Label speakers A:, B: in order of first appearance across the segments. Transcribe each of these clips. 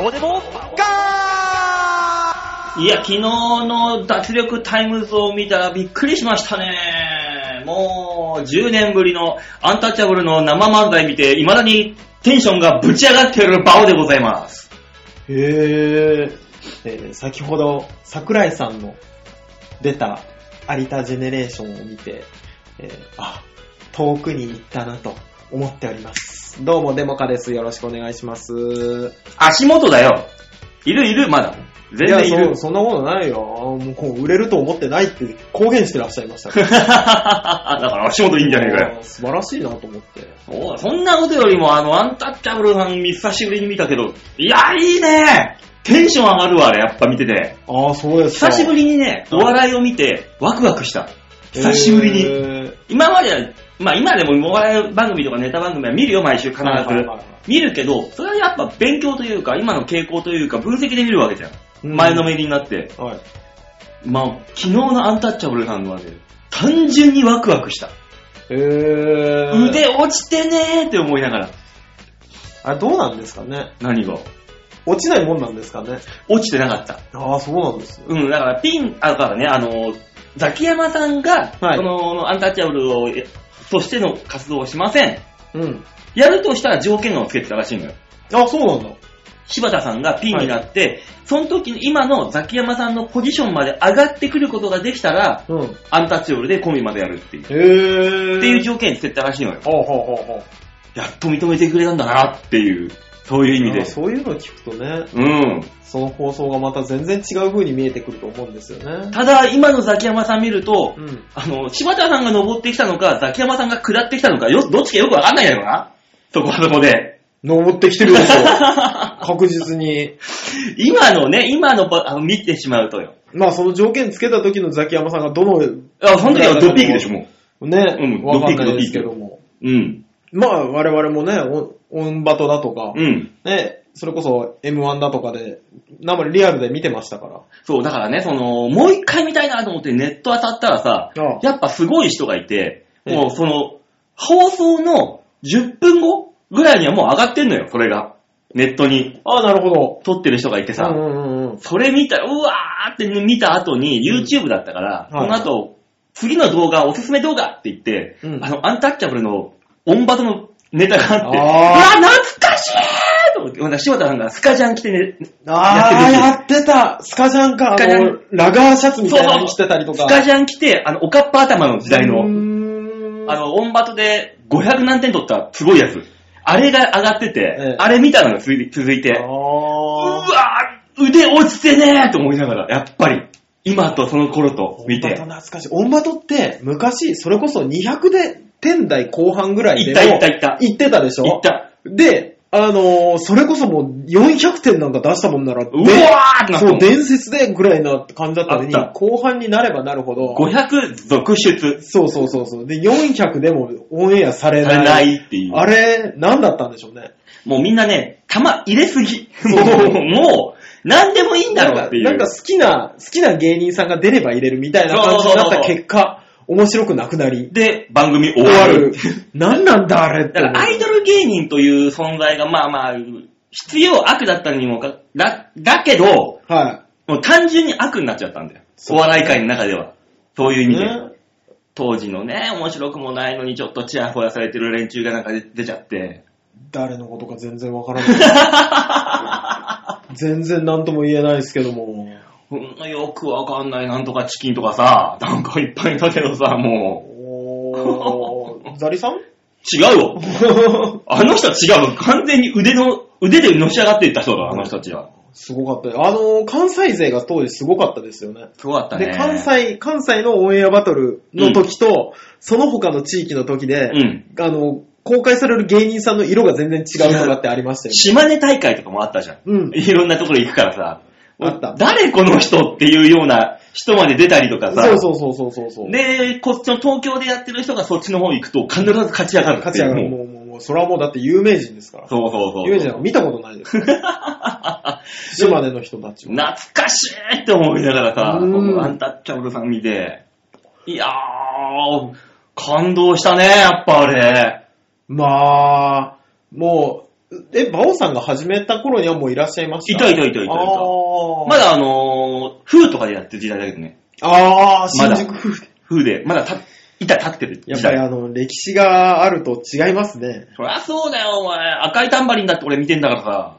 A: オデモガ
B: いや、昨日の脱力タイムズを見たらびっくりしましたね。もう、10年ぶりのアンタッチャブルの生漫才見て、未だにテンションがぶち上がってるバオでございます。
C: へえー。えー先ほど、桜井さんの出た有田ジェネレーションを見て、えーあ、遠くに行ったなと思っております。どうも、デモカです。よろしくお願いします。
B: 足元だよ。いるいる、まだ。全然い
C: いや
B: る
C: そ、。そんなことないよ。もうこう売れると思ってないって公言してらっしゃいました か
B: だから足元いいんじゃねえかよ
C: ら。。素晴らしいなと思って。
B: おそんなことよりも、あの、アンタッチャブルさん久しぶりに見たけど、いや、いいねテンション上がるわ、あれ、やっぱ見てて。
C: ああ、そうですか。
B: 久しぶ
C: り、
B: りにね、お笑いを見て、ワクワクした。久しぶりに。
C: に。
B: 今までは、まあ今でもお笑い番組とかネタ番組は見るよ、毎週必ず。
C: はいはいはい
B: 見るけど、それはやっぱ勉強というか、今の傾向というか、分析で見るわけじゃん。前のめりになって。
C: はい。
B: まあ、昨日のアンタッチャブルさんのはね、単純にワクワクした。
C: えー、
B: 腕落ちてねーって思いながら。
C: あれどうなんですかね
B: 何が
C: 落ちないもんなんですかね
B: 落ちてなかった。
C: ああ、そうなんですね。
B: うん、だからピン、あ、だからね、あの、ザキヤマさんが、
C: はい
B: その、アンタッチャブルを、えとしての活動をしません。
C: うん。
B: やるとしたら条件をつけてたらしいのよ。
C: あそうなんだ。
B: 柴田さんがピンになって、その時に今のザキヤマさんのポジションまで上がってくることができたら、
C: うん。
B: アンタッチャブルでコンビまでやるっていう。
C: へえー。
B: っていう
C: 条
B: 条件つけてたらしいのよ。
C: 件。ほうほうほうほう。
B: やっと認めてくれたんだなっていう、そういう意味
C: あ
B: で。
C: そういうの聞くとね、
B: うん。
C: その放送がまた全然違う風に見えてくると思うんですよね。
B: ただ、今のザキヤマさん見ると、
C: うん。
B: あの、柴田さんが登ってきたのか、ザキヤマさんが下ってきたのか、よ、どっちかよくわかんないんだよな。そこはそこで。
C: 登ってきてるでし ょ。確実に。
B: 今のね、今のばあの見てしまうとよ。
C: まあその条件つけた時のザキヤマさんがどの、ね、
B: あ、その時はドピークでしょ、もうん
C: わ、かんないですけど
B: ド
C: も。
B: う。うん。
C: まあ我々もね、オンバトだとか、
B: うん。
C: ね、それこそ M1 だとかで、生リアルで見てましたから。
B: そう、だからね、その、もう一回見たいなと思ってネット当たったらさ、
C: ああ
B: やっぱすごい人がいて、
C: ええ
B: もうその、放送の10分後ぐらいにはもう上がってんのよ、それが。ネットに
C: ああ、なるほど。
B: 撮ってる人がいてさ。
C: うんうんうんうん。
B: それ見た、うわーって見た後に YouTube だったから、
C: は
B: こ
C: い
B: の後、次の動画、おすすめ動画って言って、
C: うん
B: あの、アンタッチャブルのオンバトのネタがあって、
C: あー
B: うわ、懐かしいと思って、また柴田さんがスカジャン着てね、
C: ああ、
B: や
C: やってたスカジャンか、あ
B: スカジャ
C: の
B: ン、
C: ラガーシャツみたいなの着てたりとか。
B: スカジャン着て、あの、おかっぱ頭の時代
C: う
B: の、
C: ーん
B: あの、オンバトで500何点取ったすごいやつ。あれが上がってて、
C: ええ
B: あれ見たのが続い続いて、う
C: あー。
B: わー腕落ちてねーと思いながら、やっぱり、今とその頃と見
C: オン
B: て
C: バト。懐かしい。オンバトって、昔、それこそ200で、天台後半ぐらいでも
B: 行った行った行った
C: 行ってたでしょ
B: 行った。
C: で、あのーそれこそもう400点なんか出したもんなら、で
B: うわーってなったも
C: そ
B: ん
C: う、伝説でぐらいな感じだったのに、
B: あった
C: 後半になればなるほど、
B: 500続出
C: そうそうそうそう。で、400でもオンエアされ
B: さ
C: ない。
B: れないっていう。
C: あれ、何だったんでしょうね。
B: もうみんなね、玉入れすぎ。
C: う
B: もう、もう、なんでもいいんだ
C: なん
B: ろう
C: か
B: っていう。
C: なんか好きな、好きな芸人さんが出れば入れるみたいな感じになった結果、面白くなくなり、
B: で、番組終
C: 終
B: わ
C: わ
B: る
C: る。。何なんだあれって
B: だ
C: 思う。
B: からアイドル芸人という存在が、まあまあ、必要悪だったにもか、だ、だけど、
C: は
B: もう単純に悪になっちゃったんだよ。お笑い界の中では。そういう
C: い。
B: 意味で。
C: ね
B: 当時のね、面白くもないのにちょっとチヤホヤされてる連中がなんか出出ちゃって。
C: 誰のことか全然わからな い。全然何とも言えないですけども。
B: うん、よくわかんないなんとかチキンとかさ、なんかいっぱいいたけどさ、もう。
C: おー、ザリさん
B: 違うよ。あの人は違う。完全に腕の、腕でのし上がっていった人だ、あの人たちは。
C: すごかったよ。あのー、関西勢が当時すごかったですよね。
B: すごかったね。
C: で、関西、関西のオンエアバトルの時と、その他の地域の時で、
B: うん
C: あの、公開される芸人さんの色が全然違うとかってありましたよ
B: 島根大会とかもあったじゃん。
C: うん
B: いろんなところ行くからさ。
C: あった
B: 誰この人っていうような人まで出たりとかさ。
C: ね。そうそうそうそうそう。、
B: で、こっちの東京でやってる人がそっちの方行くと必ず勝ち上がるっていう。
C: 勝ち上がる。
B: もう
C: もう、もう、もう、それはもうだって有名人ですから。
B: そうそうそう。
C: 有名人なんか見たことないです。 島根の人たちも。
B: 懐かしいって思いながらさ、
C: うん
B: 僕アンタッチャブルさん見て、いやー、感動したね、やっぱあれ。
C: まあ、もう、え、馬王さんが始めた頃にはもういらっしゃいまし
B: い
C: た
B: たいたいたいたいた。
C: あー
B: まだあのー、風とかでやってる時代だけどね。
C: あー、
B: まだ
C: 新宿風景
B: 風で、まだた、板立ってる
C: やっ
B: 時
C: ぱり
B: 代。
C: あの、歴史があると違いますね。
B: そりゃそうだよ、お前。赤いタンバリンだって俺見てんだからさ。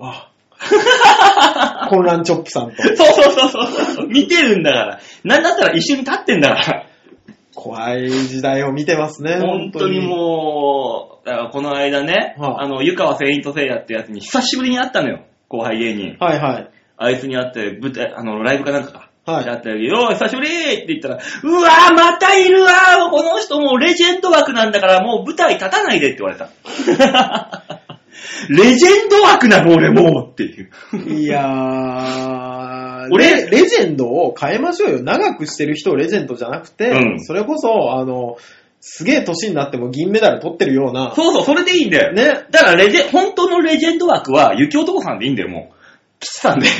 C: あ 混乱チョップさんと。
B: そうそうそうそうそう。見てるんだから。なんだったら一緒に立ってんだから。
C: 怖い時代を見てますね、
B: 本当に
C: う。
B: もう、だからこの間ね、
C: は
B: あ
C: い
B: の、湯川セイントセイヤってやつに久しぶりに会ったのよ。後輩芸人。
C: はいはい。
B: あいつに会って、舞台、あの、ライブかなんかか。
C: はい
B: で会った時、よー、久しぶりって言ったら、うわー、またいるわーこの人もうレジェンド枠なんだから、もう舞台立たないでって言わ れた。レジェンド枠なの俺もうっていう。
C: い やー、
B: 俺
C: レレジェンドを変えましょうよ。長くしてる人をレジェンドじゃなくて、
B: うん
C: それこそ、あの、すげえ年になっても銀メダル取ってるような、
B: そうそう、それでいいんだよ。
C: ね。
B: だからレジェ、本当のレジェンド枠は、雪男さんでいいんだよ、もう。吉さんで。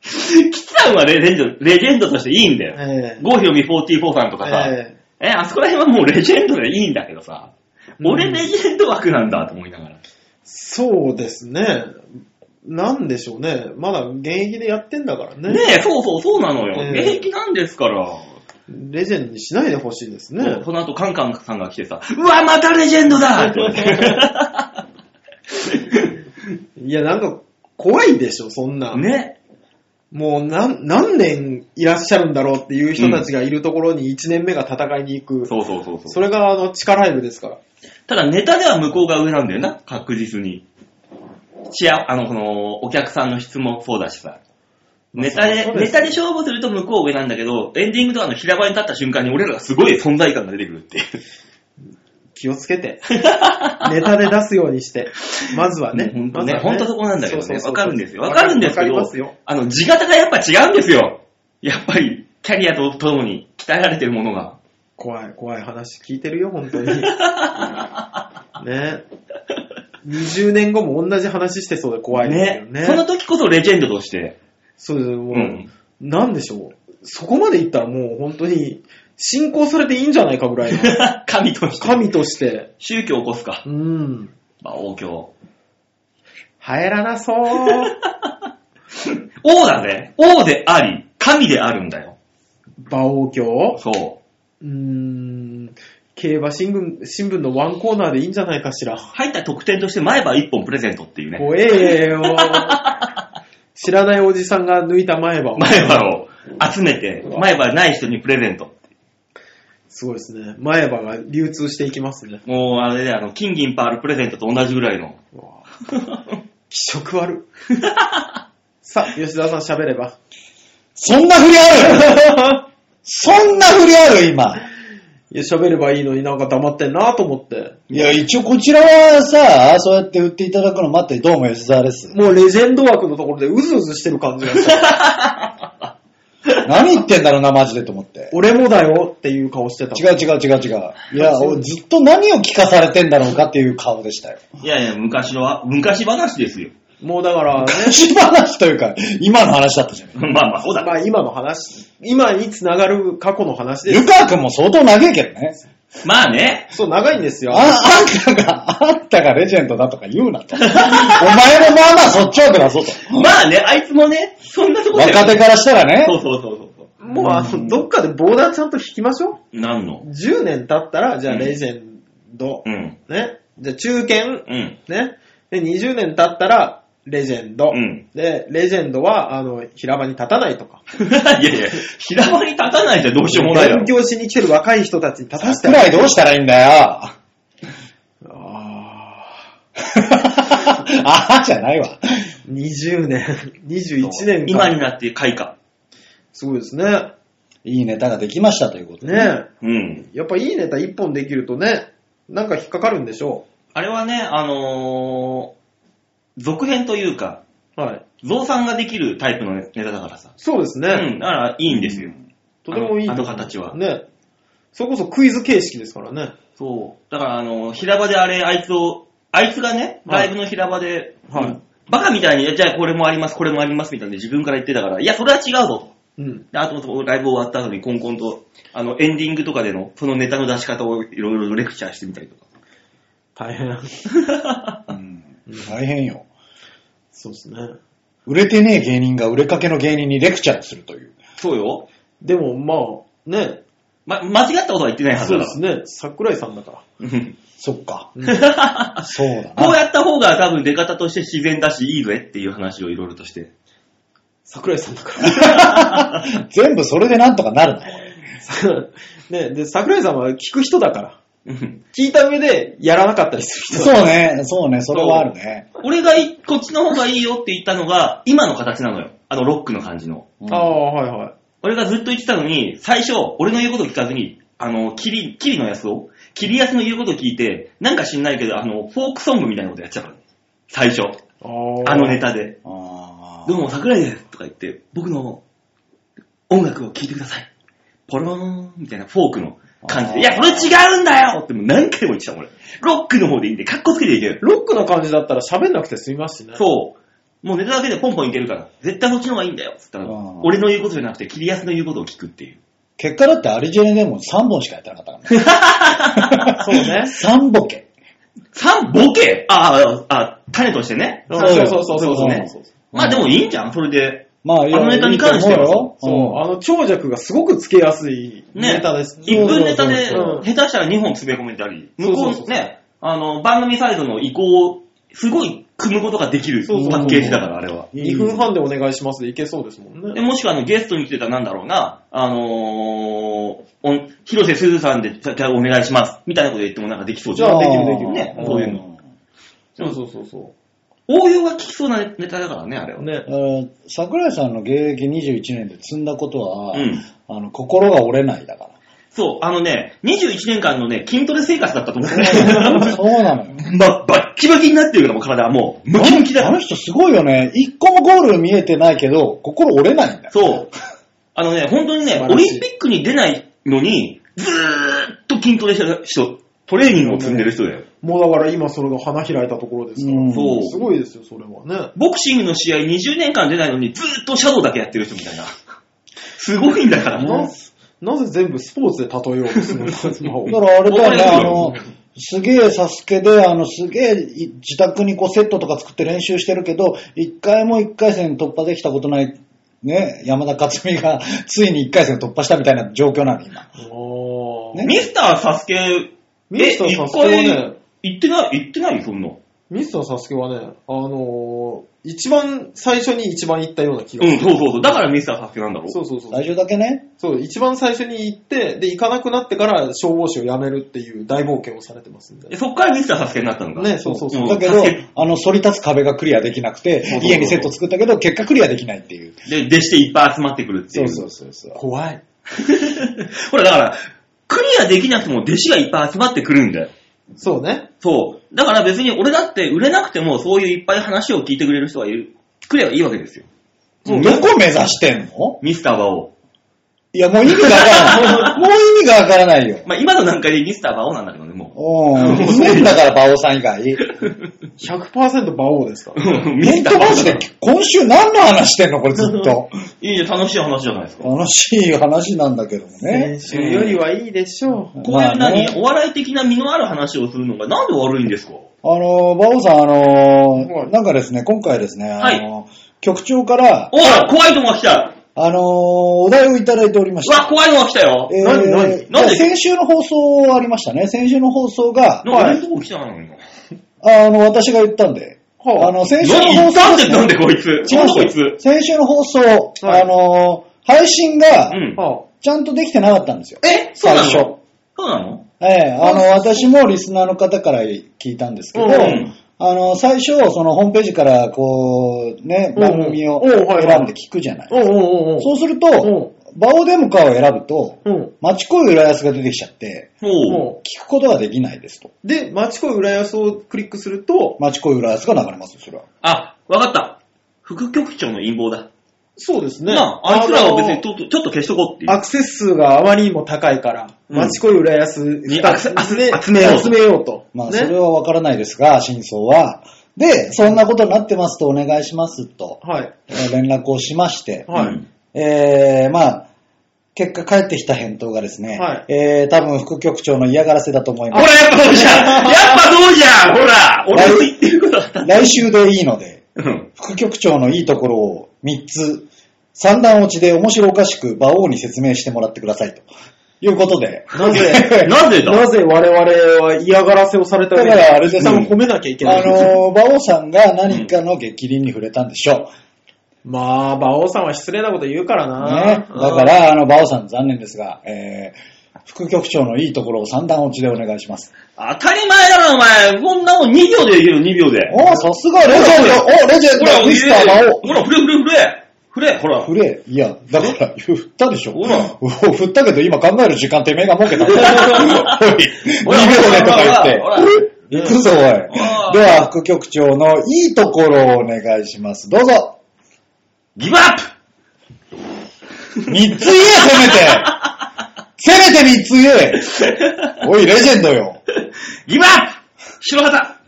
B: 吉さんはレジェンド、レジェンドとしていいんだよ。
C: え
B: 郷ひろみ44さんとかさ、
C: え
B: え、あそこら辺はもうレジェンドでいいんだけどさ、
C: うん
B: 俺レジェンド枠なんだと思いながら。
C: そうですね。なんでしょうね。まだ現役でやってんだからね。
B: ねえ、そうそう、そうなのよ。
C: ええ
B: 現役なんですから。
C: レジェンドにしないでほしいですね。
B: この後、カンカンさんが来てさ、うわ、またレジェンドだって言わ れ
C: いや、なんか、怖いでしょ、そんな
B: て。。ね。
C: もう何、何年いらっしゃるんだろうっていう人たちがいるところに1年目が戦いに行く。
B: そうそうそうそ。
C: そうれが、あの、地下ライブですから。
B: ただ、ネタでは向こうが上なんだよな、確実に。しあ、あの、この、お客さんの質もそうだしさ。ネタで、
C: そうです
B: ネタで勝負すると向こう上なんだけど、エンディングとかの平場に立った瞬間に俺らがすごい存在感が出てくるっていう。
C: 気をつけて。ネタで出すようにして。まずはね。
B: 本当
C: まず
B: ね、
C: は
B: 本当そこなんだけど
C: そう
B: ね。
C: そうそう
B: わかるんですよ。わかるんですけ
C: わかり
B: ど
C: ますよ。、
B: あの、地形がやっぱ違うんですよ。やっぱり、キャリアとともに鍛えられてるものが。
C: 怖い、怖い話聞いてるよ、本当 に。ね。20年後も同じ話してそうで怖いですよね。
B: その時こそレジェンドとして。
C: そうです、もう、
B: うん
C: なんでしょう。そこまでいったらもう本当に、信仰されていいんじゃないかぐらいの。
B: 神として。
C: 神として。
B: 宗教を起こすか。
C: うん。
B: まあ、王教。
C: 入らなそう。
B: 王だぜ。王であり、神であるんだよ。
C: 馬王教
B: そう。
C: うーん。競馬新聞新聞のワンコーナーでいいんじゃないかしら。
B: 入った特典として前歯1本プレゼントっていうね。
C: 怖えよ。知らないおじさんが抜いた前歯を。
B: 前歯を集めて、前歯ない人にプレゼント。
C: すごいですね。前歯が流通していきますね。
B: もう、あれで、あの、金銀パールプレゼントと同じぐらいの。
C: うわ気色悪。 さあ、吉田さん喋れば。
D: そんな振り あるそんな振りある今。
C: いや、喋ればいいのになんか黙ってんなと思って。
D: いや、一応こちらはさ、そうやって振っていただくの待って、どうも吉沢 です。
C: もうレジェンド枠のところでうずうずしてる感じがした。
D: 何言ってんだろうな、マジでと思って。
C: 俺もだよっていう顔してた。
D: 違う違う違う違う。いや、俺ずっと何を聞かされてんだろうかっていう顔でしたよ。
B: いやいや、昔のは、昔話ですよ。
C: もうだからね、
D: 昔話というか、今の話だったじゃん。
B: まあまあ、そうだ。
C: まあ今の話、今につながる過去の話で
D: ル
C: す。
D: カー君も相当長いけどね。
B: まあね。
C: そう、長いんですよ。
D: あ、あんたが、あんたがレジェンドだとか言うなと。お前もまあまあそっち枠だぞと。
B: まあね、あいつもね、そんなとこで。
D: 若手からしたらね。
B: そうそうそうそう。
C: もうあの、どっかでボーダーちゃんと引きましょ
B: なん
C: う。
B: の
C: 10年経ったら、じゃあレジェンド。
B: うん。
C: ね。じゃあ中堅。
B: うん。
C: ね。で、20年経ったら、レジェンド。
B: うん
C: で、レジェンドは、あの、平場に立たないとか。
B: いやいや、平場に立たないじゃどうしようもないだろ
C: 勉。強しに来てる若い人たちに立たせて
D: く
C: あ
D: ら
C: げ
D: いどうしたらいいんだよ。
C: るあ
D: ああじゃないわ。
C: ー20年、21年
B: 今に
C: 間。
B: なって開花。
C: すごいですね。
D: いいネタができましたということで。
C: ね
B: うん。
C: やっぱいいネタ一本できるとね、なんか引っかかるんでしょ
B: あれはね、あのー、続編というか、
C: う。はい。
B: 増産ができるタイプのネタだからさ。
C: そうですね。
B: うん。だから、いいんですよ。
C: とてもいい
B: あの
C: と思う
B: あの形は
C: ね。それこそクイズ形式ですからね。
B: そう。だから、あの、平場であれ、あいつを、あいつがね、
C: は
B: ラ
C: い
B: イブの平場で、
C: はい
B: うんバカみたいに、じゃあこれもあります、これもあります、みたいな自分から言ってたから、いや、それは違うぞと。
C: うん。
B: で、あと、そのライブ終わった後に、コンコンと、あの、エンディングとかでの、そのネタの出し方をいろいろレクチャーしてみたりとか。
C: 大変。うん
D: 大変よ。
C: そうですね。
D: 売れてねえ芸人が売れかけの芸人にレクチャーをするという。
B: そうよ。
C: でもまあ、ね、
B: ま、間違ったことは言ってないはず
C: そう
B: だ
C: で
B: か
C: すね、桜井さんだから。
B: ら。うん
D: そっか。
C: うん
D: そうだな。
B: こうやった方が多分出方として自然だし、いいぜっていう話をいろいろとして。
C: 桜井さんだから。
D: 全部それでなんとかなるな。
C: ね、で、桜井さんは聞く人だから。
B: うん
C: 聞いた上でやらなかったりする人。
D: そうね、そうね、それはあるね。
B: 俺がいこっちの方がいいよって言ったのが、今の形なのよ。あのロックの感じの。
D: うん
C: ああ、はいはい。
B: 俺がずっと言ってたのに、最初、俺の言うこと聞かずに、あの、キリ、キリのやつを、キリやつの言うこと聞いて、なんか知んないけど、あの、フォークソングみたいなことやっちゃうから、最初。
C: あー
B: あのネ。タで。
D: あー
B: どうも、桜井ですとか言って、僕の音楽を聴いてください。ポローンみたいなフォークの感じで。
D: あー
B: いや、これ違うんだよってもう何回も言ってたもん、俺。ロックの方でいいんで、かっこつけていける。
C: ロックの感じだったら喋んなくて済みますしね。
B: そう。もうネタだけでポンポンいけるから、絶対そっちの方がいいんだよ。つったら
D: あー、
B: 俺の言うことじゃなくて、キリやすの言うことを聞くっていう。
D: 結果だってアリジェネでも3本しかやってなかったからね。
C: そうね。
D: 3ボケ。
B: 三ボケああ、あ、種としてね。
C: そ
D: そうう
C: そうそうそう
B: そうですね
C: そうそう
B: まあでもいいんじゃん、それで。
D: まあ、いや
B: あのネタに関してはさ
D: いいと思
C: そうう。
D: よ
C: あの、長尺がすごくつけやすい
B: ね
C: ネタです。
B: 一分ネタで、
C: そうそうそうそう
B: 下手したら2本詰め込めたり、向こ
C: そううそうそう
B: ね、あの、番組サイドの移行を、すごい組むことができるパ
C: そうそうそう
B: ッケージだから、あれは。
D: うん
C: 2分半でお願いしますでいけそうですもん
B: で
C: ね。
B: もしくはあのゲストに来てたなんだろうな、あのー、お広瀬すずさんでじゃあお願いします、みたいなこと言ってもなんかできそうじゃん
C: じゃあできるできる
B: ね
D: ん
B: こういうの
C: そうそうそうそ
B: 応用が効きそうなネタだからね、あれは。
C: う。ね
D: だ。から桜井さんの芸歴21年で積んだことは、
B: うん
D: あの心が折れないだか
B: そう、あのね、21年間のね、筋トレ生活だったと思うね。
D: ら。そうなのよ。
B: ま、バッキバキになってるから、もう体はもう、ムキムキだ
D: あ
B: か
D: の
B: ら。
D: 人すごいよね。一個もゴール見えてないけど、心折れないんだよ。
B: そう。あのね、本当に
C: 素
B: ね、
C: 晴
B: オ
C: らし
B: リ
C: い
B: ンピックに出ないのに、ずーっと筋トレしてる人、トレーニングを積んでる人だよ。
C: もうだから今それが花開いたところですから。
D: うん
B: そう
C: すごいですよ、それはね。
B: ボクシングの試合20年間出ないのに、ずーっとシャドウだけやってる人みたいな。すごいんだから。
C: ななぜ全部スポーツで例えようとするんですか、
D: だからあれだよね、
B: 折れな
D: あ
B: いよ
D: の、すげえサスケで、あの、すげえ自宅にこうセットとか作って練習してるけど、一回も一回戦突破できたことない、ね、山田勝美が ついに一回戦突破したみたいな状況なの、今。
C: おー
D: ね
B: ミスターサスケ、え、
C: ミスターサスケはね、
B: 行ってない、行ってないそんな。
C: ミスターサスケはね、あのー、一番最初に一番行ったような気が
B: うん、
C: す
B: そ
C: る。
B: うそうそう。だからミスターサスケなんだろう。
C: そうそうそう
D: 最。初だけね。
C: そう、一番最初に行って、で、行かなくなってから消防士を辞めるっていう大冒険をされてますんで
B: で。そっからミスターサスケになったのか。
C: ね、そうそうそう。
B: ん
D: だけど
B: サスケ、
D: あの、反り立つ壁がクリアできなく
B: そうそう
D: て、
B: そう
D: 家にセット作ったけど、結果クリアできないっていう。
B: で、弟子でいっぱい集まってくるってい。
D: そううそうそうそう。
C: 怖い。
B: ほら、だから、クリアできなくても弟子がいっぱい集まってくるんだよ。
C: そうね。
B: そう。だから別に俺だって売れなくてもそういういっぱい話を聞いてくれる人がいる、くればいいわけですよ。
D: どこ目指してんの
B: ミスターバオ。
D: いや、もう意味がわからない。もう意味がわからないよ。
B: まあ今の段階でミスターバオなんだけどね、も
D: うん。いないんだから、馬王さん以外。
C: 100%馬王ですから。
B: う。ミ
D: 本
B: スター
D: 当
B: バ
D: マ
B: オ
D: ジ
B: だ
D: で
B: から。い、
D: 今週何の話してんのこれずっと。
B: いじゃん楽しい話じゃないですか。
D: 楽しい話なんだけども ね。
C: 先週よりはいいでしょ
B: こ
C: う。
B: ういう
D: まあ
B: 何、
D: ね
B: お笑い的な身のある話をするのがなんで悪いんですか
D: あの、馬王さん、あ
C: はい
D: の、なんかですね、今回ですね、あの、局長から、
B: おら、怖いのが来た
D: あの、お題をいただいておりまし
B: うわ、
D: た。
B: 怖いのが来たよ
D: えー
C: 何何
D: いや
B: なんで
D: 先週の放送ありましたね。先週の放送
B: なん
D: が、
B: か俺のとこ来たのに。
D: あの、私が言ったんで、
C: はあ
D: あの、先週の
B: 何言
D: 放
B: った
D: 送
B: んで、なんでこいつ。
D: 違
B: なん
D: う
B: で
D: ん
B: こい
D: です
B: つ。
D: よ先週の放送、
C: はい
D: あの、配信が
B: う、ん。
C: は
D: ちゃんとできてなかったんですよ。
B: えそうなの
D: 最初
B: そうなの
D: ええ、あの、私もリスナーの方から聞いたんですけど、
B: うん
D: あの、最初、そのホームページから、こう、ね、
C: うん
D: 番組を
C: うんはいはい
D: 選んで聞くじゃない。
C: あ。うんうんうんうん。
D: そうする
C: うん
D: と、バオデモカーを選ぶと、
C: うん。
D: 町恋浦安が出てきちゃって、
B: おう。
C: も
D: 聞くことができないですと。
C: う。で、町恋浦安をクリックすると、
D: 町恋浦安が流れますよ、それは。
B: あ、わかった。副局長の陰謀だ。
C: そうですね。
B: なあ、あいつらは別に
C: あ
B: ちょっとちょっと消しとこうってい
C: のア
B: う。
C: クセス数があまりにも高いから、
B: うん
C: 町恋浦安
B: にアクセ集め集
C: 集
B: め
C: め
B: ようと
C: 集めようと。
D: まあ、
C: ね
D: それはわからないですが、真相は。で、そんなことになってますと、お願いしますと、
C: はい。
D: えー連絡をしまして、
C: はい。
B: うん
D: えー、まあ、結果返ってきた返答がですね、
C: は
D: えー、多分副局長の嫌がらせだと思い
B: ほら、
D: ま
B: や
D: す。
B: っぱそうじゃ んやっぱそうじゃんほら俺の言ってることだった。
D: 来週でいいので、
B: うん。
D: 副局長のいいところを3つ、三段落ちで面白おかしく馬王に説明してもらってくださいと。いうことで。
C: なぜ、
B: なぜだ
C: なぜ我々は嫌がらせをされたの
D: だからあれです
C: 多分褒めなきゃいけない。
D: あのー、馬王さんが何かの激鱗に触れたんでしょ
C: まあ、馬王さんは失礼なこと言うから
D: う。
C: な。
D: ね。だか、ら、あの、馬王さん残念ですが、えー、副局長のいいところを三段落ちでお願いします。
B: 当たり前だろ、お前。こんなもん2秒でできる、2秒で。
D: おさすがレジェンドおレジェン
B: ほら、
D: ドミスター馬王
B: ほら、振れ、振れ、振れ。振 れ、ほら。
D: 振れ、いや、だから、振ったでしょ。
B: ほら
D: 振ったけど、今考える時間って目が儲 けた。おい、2秒でとか言って
B: ほらほらほらほら。
D: 行くぞ、おい。
B: あ
D: では、副局長のいいところをお願いします。どうぞ。
B: ギブアップ
D: 3つ言え、 せめて。せめて3つ言え。おい、レジェンドよ。
B: ギブアップ白旗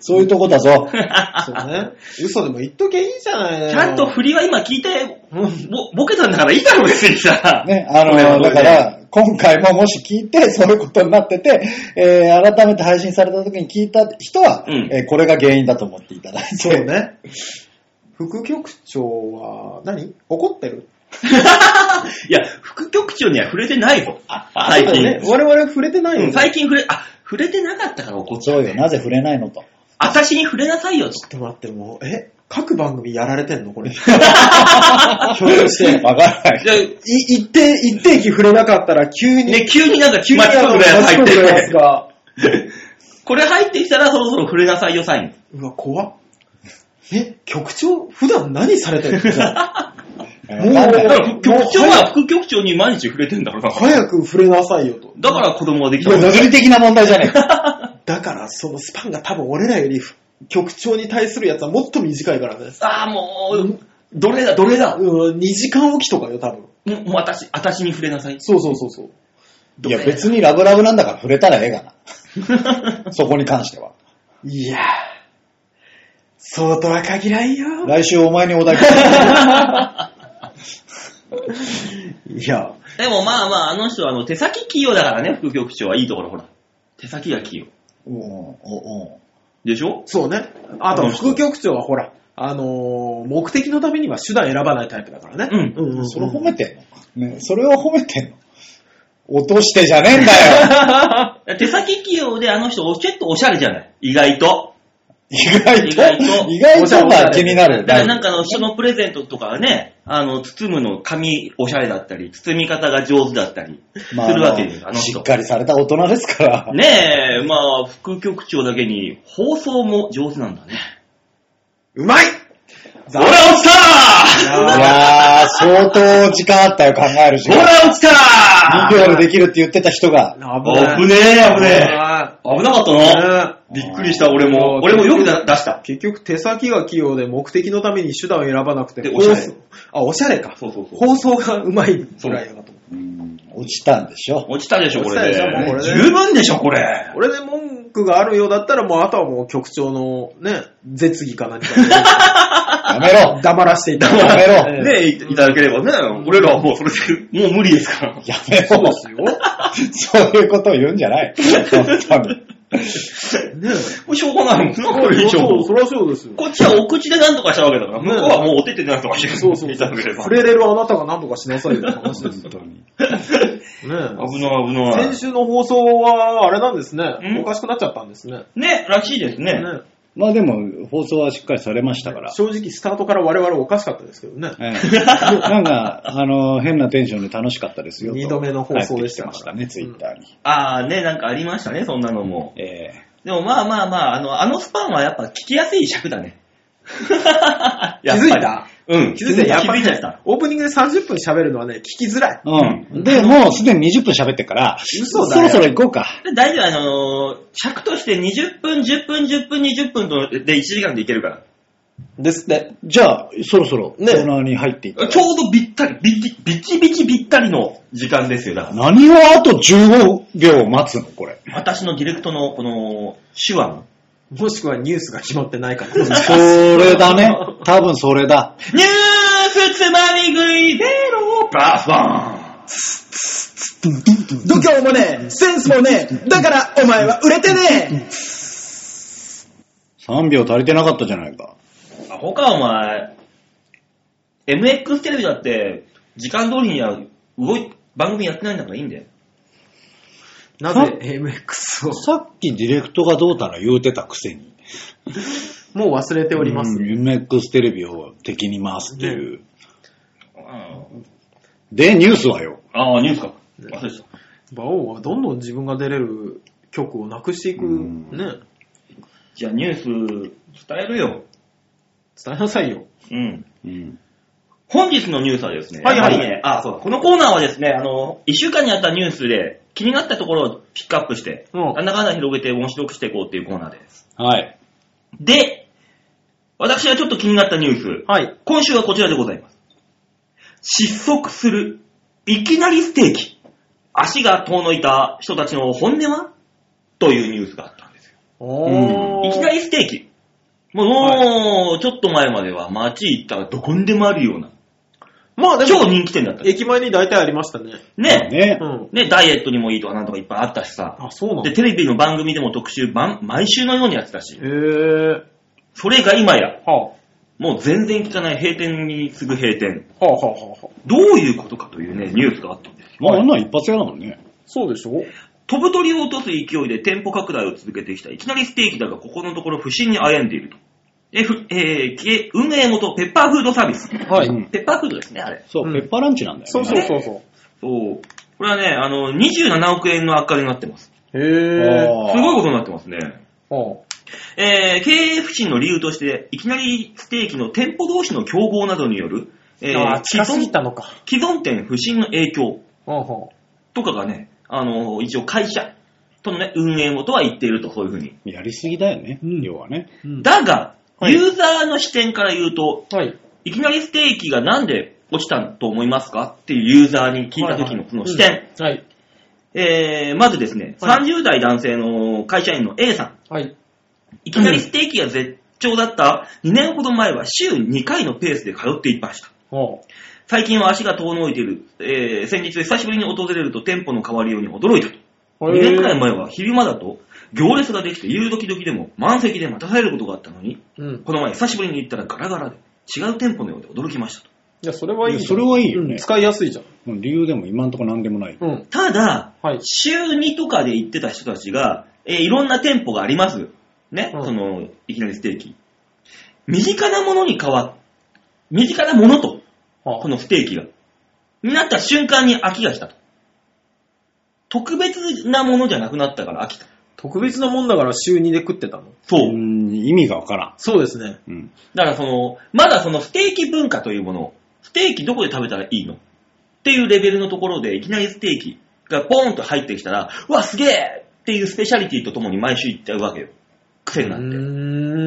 D: そういうとこだぞ。
C: そうね。嘘でも言っときゃいいじゃない。
B: ちゃんと振りは今聞いて、ぼ、ボケたんだからいいだろ、別にさ。
D: ね、あの
B: これはこれ
D: だ
B: で
D: から、今回ももし聞いて、そういうことになってて、えー、改めて配信された時に聞いた人は、
B: うん
D: えーこれが原因だと思っていただいて。
C: そうね。 副局長は何怒ってる
B: いや、副局長には触れてないぞ。
C: そ
B: 最
C: うだね
B: 近。
C: 我々触れてない
B: うん
C: のね
B: 最近触れ、あ、触れてなかったから怒っちゃ
D: そううよ、なぜ触れないのと。
B: 私に触れなさいよ、
C: ちょっと待って、もう、え各番組やられてんのこれ。ひょっとして。
D: わからない。
B: じゃあ
C: い一定、一定期触れなかったら急に、
B: ね、急になんか
C: 急に
B: マッチコブラ入って
C: マッチコブラやつ
B: る。
C: が。
B: これ入ってきたらそろそろ触れなさいよ、サイン。
C: うわ、怖っ。え、局長、普段何されてるのじゃあ
D: わかん
C: も
B: だ
C: う
D: な
B: か
D: い
B: ら副局長は副局長に毎日触れてんだろうな。
C: 早く触れなさいよと。
B: だから子供ができ
D: い
B: た
D: や
B: の。
D: 物理的な問題じゃねえか。
C: だから、そのスパンが多分俺らより、局長に対するやつはもっと短いからね。
B: ああ、もう、どれだ、どれだ。も
C: うん、2時間おきとかよ、多分。
B: うもう私、私に触れなさい。
C: そうそうそうそう。
D: いや、別にラブラブなんだから触れたらええがな。そこに関しては。
C: いやー、そうとは限らんよ。
D: 来週お前にお題聞く
C: いや、
B: でもまあまあ、あの人はあの手先器用だからね、副局長はいいところ、ほら。手先が器用。
D: うんうんうん
B: でしょ
C: そうね。あと、副局長はほら、あのー目的のためには手段選ばないタイプだからね。
B: うん
C: うん、うん。
D: それ褒めてんの、ね、それを褒めてんの落としてじゃねえんだよ
B: 手先器用であの人、ちょっとおしゃれじゃない意外と。
D: 意外と
B: 意外と
D: 意外とまあ気になる。
B: だからなんかあの人のプレゼントとかはね、あの、包むの紙おしゃれだったり、包み方が上手だったりする
D: まあ
B: わけです、あの
D: し
B: 人
D: っ。かりされた大人ですから。
B: ねえ、まあ、副局長だけに放送も上手なんだね。
C: うまい
B: ほら落ち
C: い
B: た
D: い
C: やー
D: やー、相当時間あったよ、考える時
B: ほ
D: 間。
B: ら落ちた
D: 2秒でできるって言ってた人が、
B: 危ねえ、危ねえ。危なかったな。
C: ね
B: びっくりした、俺も。俺
C: 俺も
B: も
C: よ
B: よ
C: く
B: く
C: 出
B: 出した。
C: 結局手先が器用で目的のために手段を選ばなくて、
B: でおしゃれ
C: 放送あ、おしゃれか。
B: そうそうそう
C: 放送がうまいぐらいだと思う。
D: うん落ちたんでしょ。
B: 落ちたでしょ、これ
C: 落ちたでしょこ
B: で。
C: れで
B: 十分でしょ、これ。
C: 俺で文句があるようだったら、もうあとはもう局長のね、絶技か何 か
D: やめろ
C: で黙らせていた
D: やめろ
C: ね
B: ね、いいただければね、俺らはもうそれで、もう無理ですから。
D: やめ
C: そう
D: ろ
C: ですよ。
D: そういうことを言うんじゃない。本当に。
C: ね
B: もうしょうがないもんな、これ以上。
C: そう、そりゃそうですよ。
B: こっちはお口で何とかしたわけだから、向こうはもうお手手で何とかして
C: そうそう
B: いただければ。
C: 触れれるあなたが何とかしなさいよって話ですよ。
D: 本当に。
C: ね
B: 危ない、危な
C: 先
B: い。
C: 週の放送は、あれなんですね。
B: ん
C: おかしくなっちゃったんですね。
B: ね、らしいですね。
C: ね
D: まあでも、放送はしっかりされましたから。
C: 正直、スタートから我々おかしかったですけどね。
D: ええなんか、あの、変なテンションで楽しかったですよと。
C: 二度目の放送でした
D: 入ってきてましたね、ツイッターに。
B: ああ、ね、なんかありましたね、そんなのも。
D: え
B: でもまあまあまあ、あの、あのスパンはやっぱ聞きやすい尺だ ね。
C: 気づいた
B: うん。
C: 気づいたやっぱ
B: 気づいちゃっ
C: ね
B: た。、
C: オープニングで30分喋るのはね、聞きづらい。
D: えうん。で、もうすでに20分喋ってから、
C: 嘘だよ
D: そろそろ行こうか。
B: で大丈夫、あのー尺として20分、10分、10分、20分とで1時間でいけるから。
C: ですって。
D: じゃあ、そろそろコ
C: ね
D: ーナーに入っていって。
B: ちょうどびったり、びち、びちびちびったりの時間ですよ、だから。
D: 何をあと15秒待つのこれ。
B: 私のディレクトのこの手話の。
C: もしくはニュースが決まってないから。
D: それだね。多分それだ。
B: ニューススつまみ食いベロバスバ
C: 度胸もねえ、センスもねえ、だからお前は売れてね
D: 3秒足りてなかったじゃないか。
B: ーンアホかお前。MX テレビだって、時間通りには動い、番組やってないんだからいいんだよ。
A: なぜ MX を
D: さっきディレクトがどうたら言うてたくせに。
A: もう忘れております。
D: うん MX テレビを敵に回すっていう。
B: うん
D: で、ニュースはよ。
B: ああ、ニュースか。忘れてた。
A: 馬王はどんどん自分が出れる曲をなくしていく、
D: うん
A: ね。
B: じゃあニュース伝えるよ。
A: 伝えなさいよ。
B: うん。
D: うん。
B: 本日のニュースはですね、
A: はいはい
B: やっぱりね、あ、そうだ。このコーナーはですね、あの、一週間にあったニュースで気になったところをピックアップして、
A: うん
B: なんだかんだ広げて面白くしていこうっていうコーナーです。
D: はい。
B: で、私がちょっと気になったニュース。
A: はい。
B: 今週はこちらでございます。失速する、いきなりステーキ。足が遠のいた人たちの本音はというニュースがあったんですよ。
A: おー。
B: いきなりステーキ。もう、ちょっと前までは街行ったらどこにでもあるような、
A: まあで
B: 超
A: も、
B: 人気店だった。
A: 駅前に大体ありましたね。
B: ね。
D: ね
A: う。ん。
B: ね、ダイエットにもいいとかなんとかいっぱいあったしさ。
A: あ、そうなんだ
B: で、。テレビの番組でも特集、ま、毎週のようにやってたし
A: へ。ー。
B: それが今や、
A: は
B: もう全然聞かない閉店に次ぐ閉店。
A: あ、はあ、はあ、はあ。
B: どういうことかというね、ニュースがあったんです。
D: まあ、あんなん一発屋だもんね。
A: そうでしょ
B: 飛ぶ鳥を落とす勢いで店舗拡大を続けてきた、いきなりステーキだが、ここのところ不振に悩んでいると。え、ふ、えーきえ運営元、ペッパーフードサービス。
A: は
D: うん
B: ペッパーフードですね、あれ。
D: そう、
A: うん
D: ペッパーランチなんだよね。
A: そうそうそうそ
B: そう。これはね、あの、27億円の悪化になってます。
A: う。へー。
B: すごいことになってますね。
A: は
B: えー経営不振の理由として、いきなりステーキの店舗同士の競合などによる、えー
A: あ。あー、
B: 既
A: 近すぎ
B: 存
A: たのか。
B: 既存店不振の影響
A: はあ、は
B: とかがね、あのー一応会社との、ね、運営元は言っていると、そういうふうに。
D: やりすぎだよね、
A: うん
D: 要はね。
A: あ。だ
B: だが、
A: はい
B: ユーザーの視点から言うと、
A: はい。
B: いきなりステーキがなんで落ちたと思いますかっていうユーザーに聞いた時のこの視点。
A: うん。はい。
B: えーまずですね、
A: はい
B: 30代男性の会社員の A さん。
A: はい。
B: いきなりステーキが絶頂だった2年ほど前は週2回のペースで通っていました。
A: は
B: 最近は足が遠のいている、えー先日久しぶりに訪れると店舗の変わりように驚いたと。
A: あ。
B: 2年くらい
A: へー
B: 前は昼間だと行列ができて夕時々でも満席で待たされることがあったのに、
A: うん。
B: この前久しぶりに行ったらガラガラで違う店舗のようで驚きましたと。
A: いや、それはいい
D: い
A: じゃん。
D: やそれはいいよね
A: うん使いやすいじゃん。
D: うん理由でも今んとこ何でもない。
A: うん。
B: ただ、
A: はい。
B: 週2とかで行ってた人たちが、えーいろんな店舗があります。ね、
A: うん
B: その、いきなりステーキ。身近なものに変わっ、身近なものと、
A: は
B: このステーキが。になった瞬間に飽きが来たと。特別なものじゃなくなったから飽きた。
A: 特別なもんだから週2で食ってたの
B: そうう。
D: ん、意味がわから
A: そうですね。
D: ん。うん。
B: だからその、まだそのステーキ文化というものを、ステーキどこで食べたらいいのっていうレベルのところで、いきなりステーキがポーンと入ってきたら、うわ、すげえっていうスペシャリティとともに毎週行っちゃうわけよ。癖になっ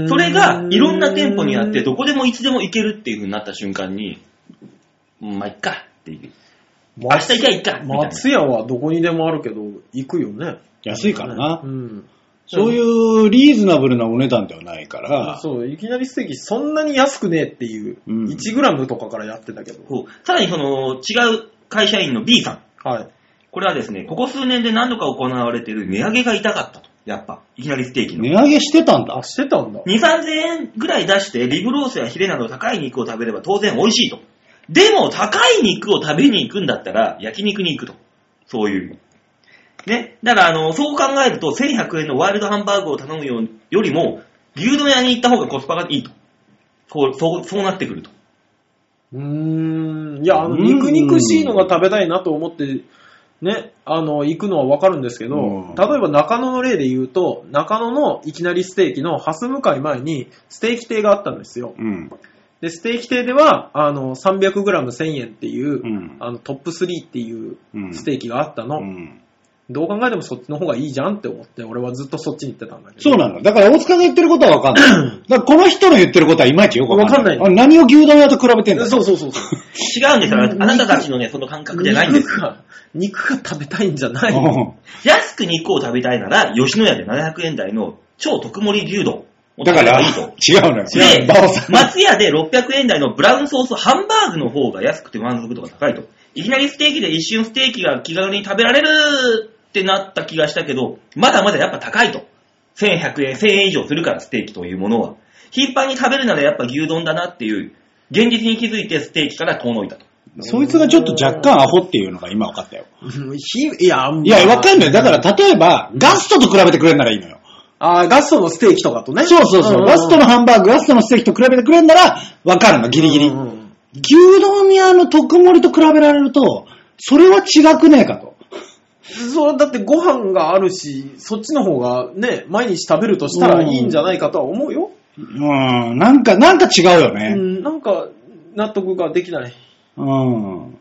B: て。それが、いろんな店舗にあって、どこでもいつでも行けるっていう風になった瞬間に、うんまあ、いっかっていう。
A: 明
B: 明日行きゃいっかみたいな。
A: 松屋はどこにでもあるけど、行くよね。
D: 安いからな。
A: うん。
D: そういうリーズナブルなお値段ではないから、
A: そう、いきなりステーキそんなに安くねえっていう、
D: うん
A: 1グラムとかからやってたけど。
B: こうさらにその、違う会社員の B さん。
A: はい。
B: これはですね、ここ数年で何度か行われている値上げが痛かったと。やっぱ、いきなりステーキの。
D: 値上げしてたんだ
A: あ、。してたんだ。
B: 2、3000円ぐらい出して、リブロースやヒレなど高い肉を食べれば当然美味しいと。でも、高い肉を食べに行くんだったら、焼肉に行くと。そういう。ね。だから、あの、そう考えると、1100円のワイルドハンバーグを頼むようよりも、牛丼屋に行った方がコスパがいいと。そう、そう、そうなってくると。
A: うーん。いや、あの、
D: うん
A: 肉肉しいのが食べたいなと思って、ね、あの、行くのはわかるんですけど、
D: うん
A: 例えば中野の例で言うと、中野のいきなりステーキのハス向かい前に、ステーキ亭があったんですよ。
D: うん。
A: で、ステーキ亭では、あの、300g1000 円っていう、
D: うん。
A: あの、トップ3っていう
D: うん
A: ステーキがあったの。
D: うん
A: どう考えてもそっちの方がいいじゃんって思って、俺はずっとそっちに行ってたんだけど。
D: そうなの。だから大塚が言ってることはわかん ない。だからこの人の言ってることはいまいちよくわかんない。
A: わか
D: あ何を牛丼屋と比べてんだ
A: そうそうそうそう。
B: 違うんですよ。あなたたちのね、その感覚じゃないんです
A: 肉が、肉が食べたいんじゃな
D: う
A: い。
D: ん
B: 安く肉を食べたいなら、吉野家で700円台の超特盛り牛丼。もう
D: だから、
B: 食べ
D: 違
B: てもいいと
D: うのよ。
B: で
D: バオさん。
B: 松屋で600円台のブラウンソースハンバーグの方が安くて満足度が高いと。いきなりステーキで一瞬ステーキが気軽に食べられるってなった気がしたけど、まだまだやっぱ高いと。1100円、1000円以上するからステーキというものは。頻繁に食べるならやっぱ牛丼だなっていう、現実に気づいてステーキから遠のいたと。
D: そいつがちょっと若干アホっていうのが今分かったよ。
C: ひいや、、
D: いや、わかんない。だからら、例えば、ガストと比べてくれるならいいのよ。
C: あーガストのステーキとかとね。
D: そうそうそう。ガストのハンバーグ、ガストのステーキと比べてくれるなら、わかるの、ギリギリ。
C: うん
D: 牛丼屋の特盛りと比べられると、それは違くねえかと。
C: そう、だってご飯があるし、そっちの方がね、毎日食べるとしたらいいんじゃないかとは思うよ。
D: うん、なんか、なんか違うよ
C: う
D: ね。
C: ん、なんか、納得ができない。
D: うん。
C: 不思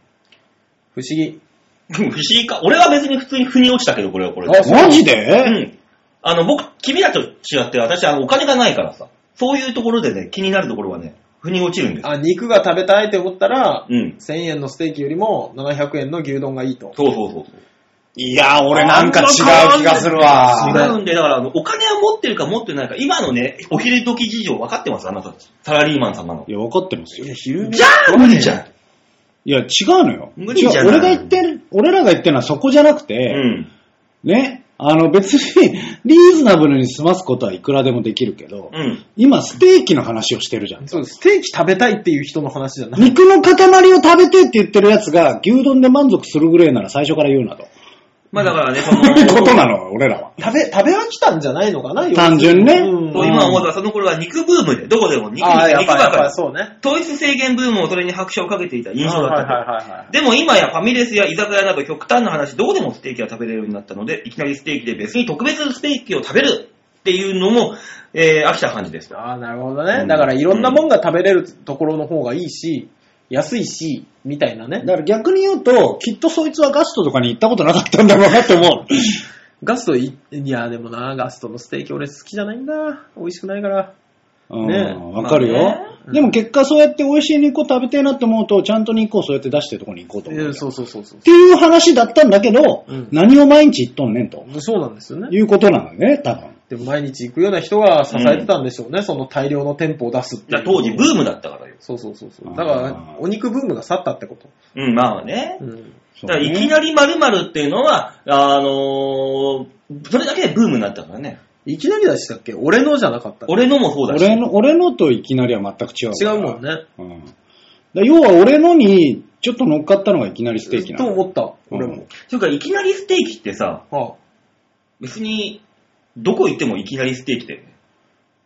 C: 議。
B: 不思議か。俺は別に普通に腑に落ちたけど、これはこれで。
C: あそう
D: マジ
B: う
D: で
B: ん。あの、僕、君らと違って、私、あの、お金がないからさ、そういうところでね、気になるところはね、腑に落ちるんです。
C: あ、肉が食べたいって思ったら、
B: うん。
C: 1000円のステーキよりも700円の牛丼がいいと。
B: そうそうそうそう。
D: いや、俺なんか違う気がする
B: 違
D: わ。
B: うんで、だから、あのお金を持ってるか持ってないか、今のね、お昼時事情分かってますあなたたち。サラリーマン様の
D: い。や、分かってますよ。
C: 昼
B: じゃあ、無理じゃん。
D: いや、違うのよ。
B: 無理じゃない
D: 違う俺が言ってる、俺らが言ってるのはそこじゃな
B: う
D: くて、
B: ん。
D: ね、あの別にリーズナブルに済ますことはいくらでもできるけど、
B: うん。
D: 今ステーキの話をしてるじゃん。
C: そう、ステーキ食べたいっていう人の話じゃない。
D: 肉の塊を食べてって言ってるやつが牛丼で満足するぐらいなら最初から言うなと。
B: まあだ からね、 そ
D: こと
B: の、
D: なの、 俺らは。
C: 食べ、食べ飽きたんじゃないのかな
D: 単純ね
C: うん
B: そう今思えばその頃は肉ブームで、どこでも肉
C: ああ、
B: 肉
C: やっ
B: 肉
C: ぱ
B: ば
C: り、
B: か
C: やっぱり
B: り。
C: そうね。
B: 統一制限ブームもそれに拍車をかけていた印象だったと。
C: はいは
B: でも今やファミレスや居酒屋など極端な話、どうでもステーキが食べれるようになったので、いきなりステーキで別に特別ステーキを食べるっていうのも、えー、飽きた感じです。
C: ああ、なるほどね。だからいろんなもんが食べれるところの方がいいし、安いし、みたいなね
D: だ。から逆に言うと、きっとそいつはガストとかに行ったことなかったんだろうなって思う。
C: ガストい、いや、でもな、ガストのステーキ俺好きじゃないんだ。美味しくないから。
D: うん
C: ね
D: わかるよ、
B: まあね
C: うん
D: でも結果そうやって美味しい肉を食べてえなって思うと、ちゃんと肉をそうやって出してるところに行こうと思うよ。
C: えそうそうそうそう
D: っ。ていう話だったんだけど、
C: うん
D: 何を毎日言っとんねんと
C: そうなんですよね。
D: いうことなのね、多分。
C: でも毎日行くような人が支えてたんでしょうね。その大量の店舗を出すって
B: だ
C: い
B: から
C: う。
B: 当時ブームだったからよ。
C: そうそうそうそう。
D: あー
C: だから、お肉ブームが去ったってこと。
B: うん、まあね
C: う。ん。
D: そ
B: だか
D: う
B: らいき
D: ね
B: なり〇〇っていうのは、あのー、それだけでブームになったからね。
C: いきなりでしたっけ俺のじゃなかった。
B: 俺のもそうだし。
D: 俺の、俺のといきなりは全く違うから。
C: 違うもんね。
D: うん。だから要は俺のに、ちょっと乗っかったのがいきなりステーキな
C: と
D: の。
C: 思った。俺も。
B: というか、いきなりステーキってさ、
C: ああ
B: 別に、どこ行ってもいきなりステーキだよね。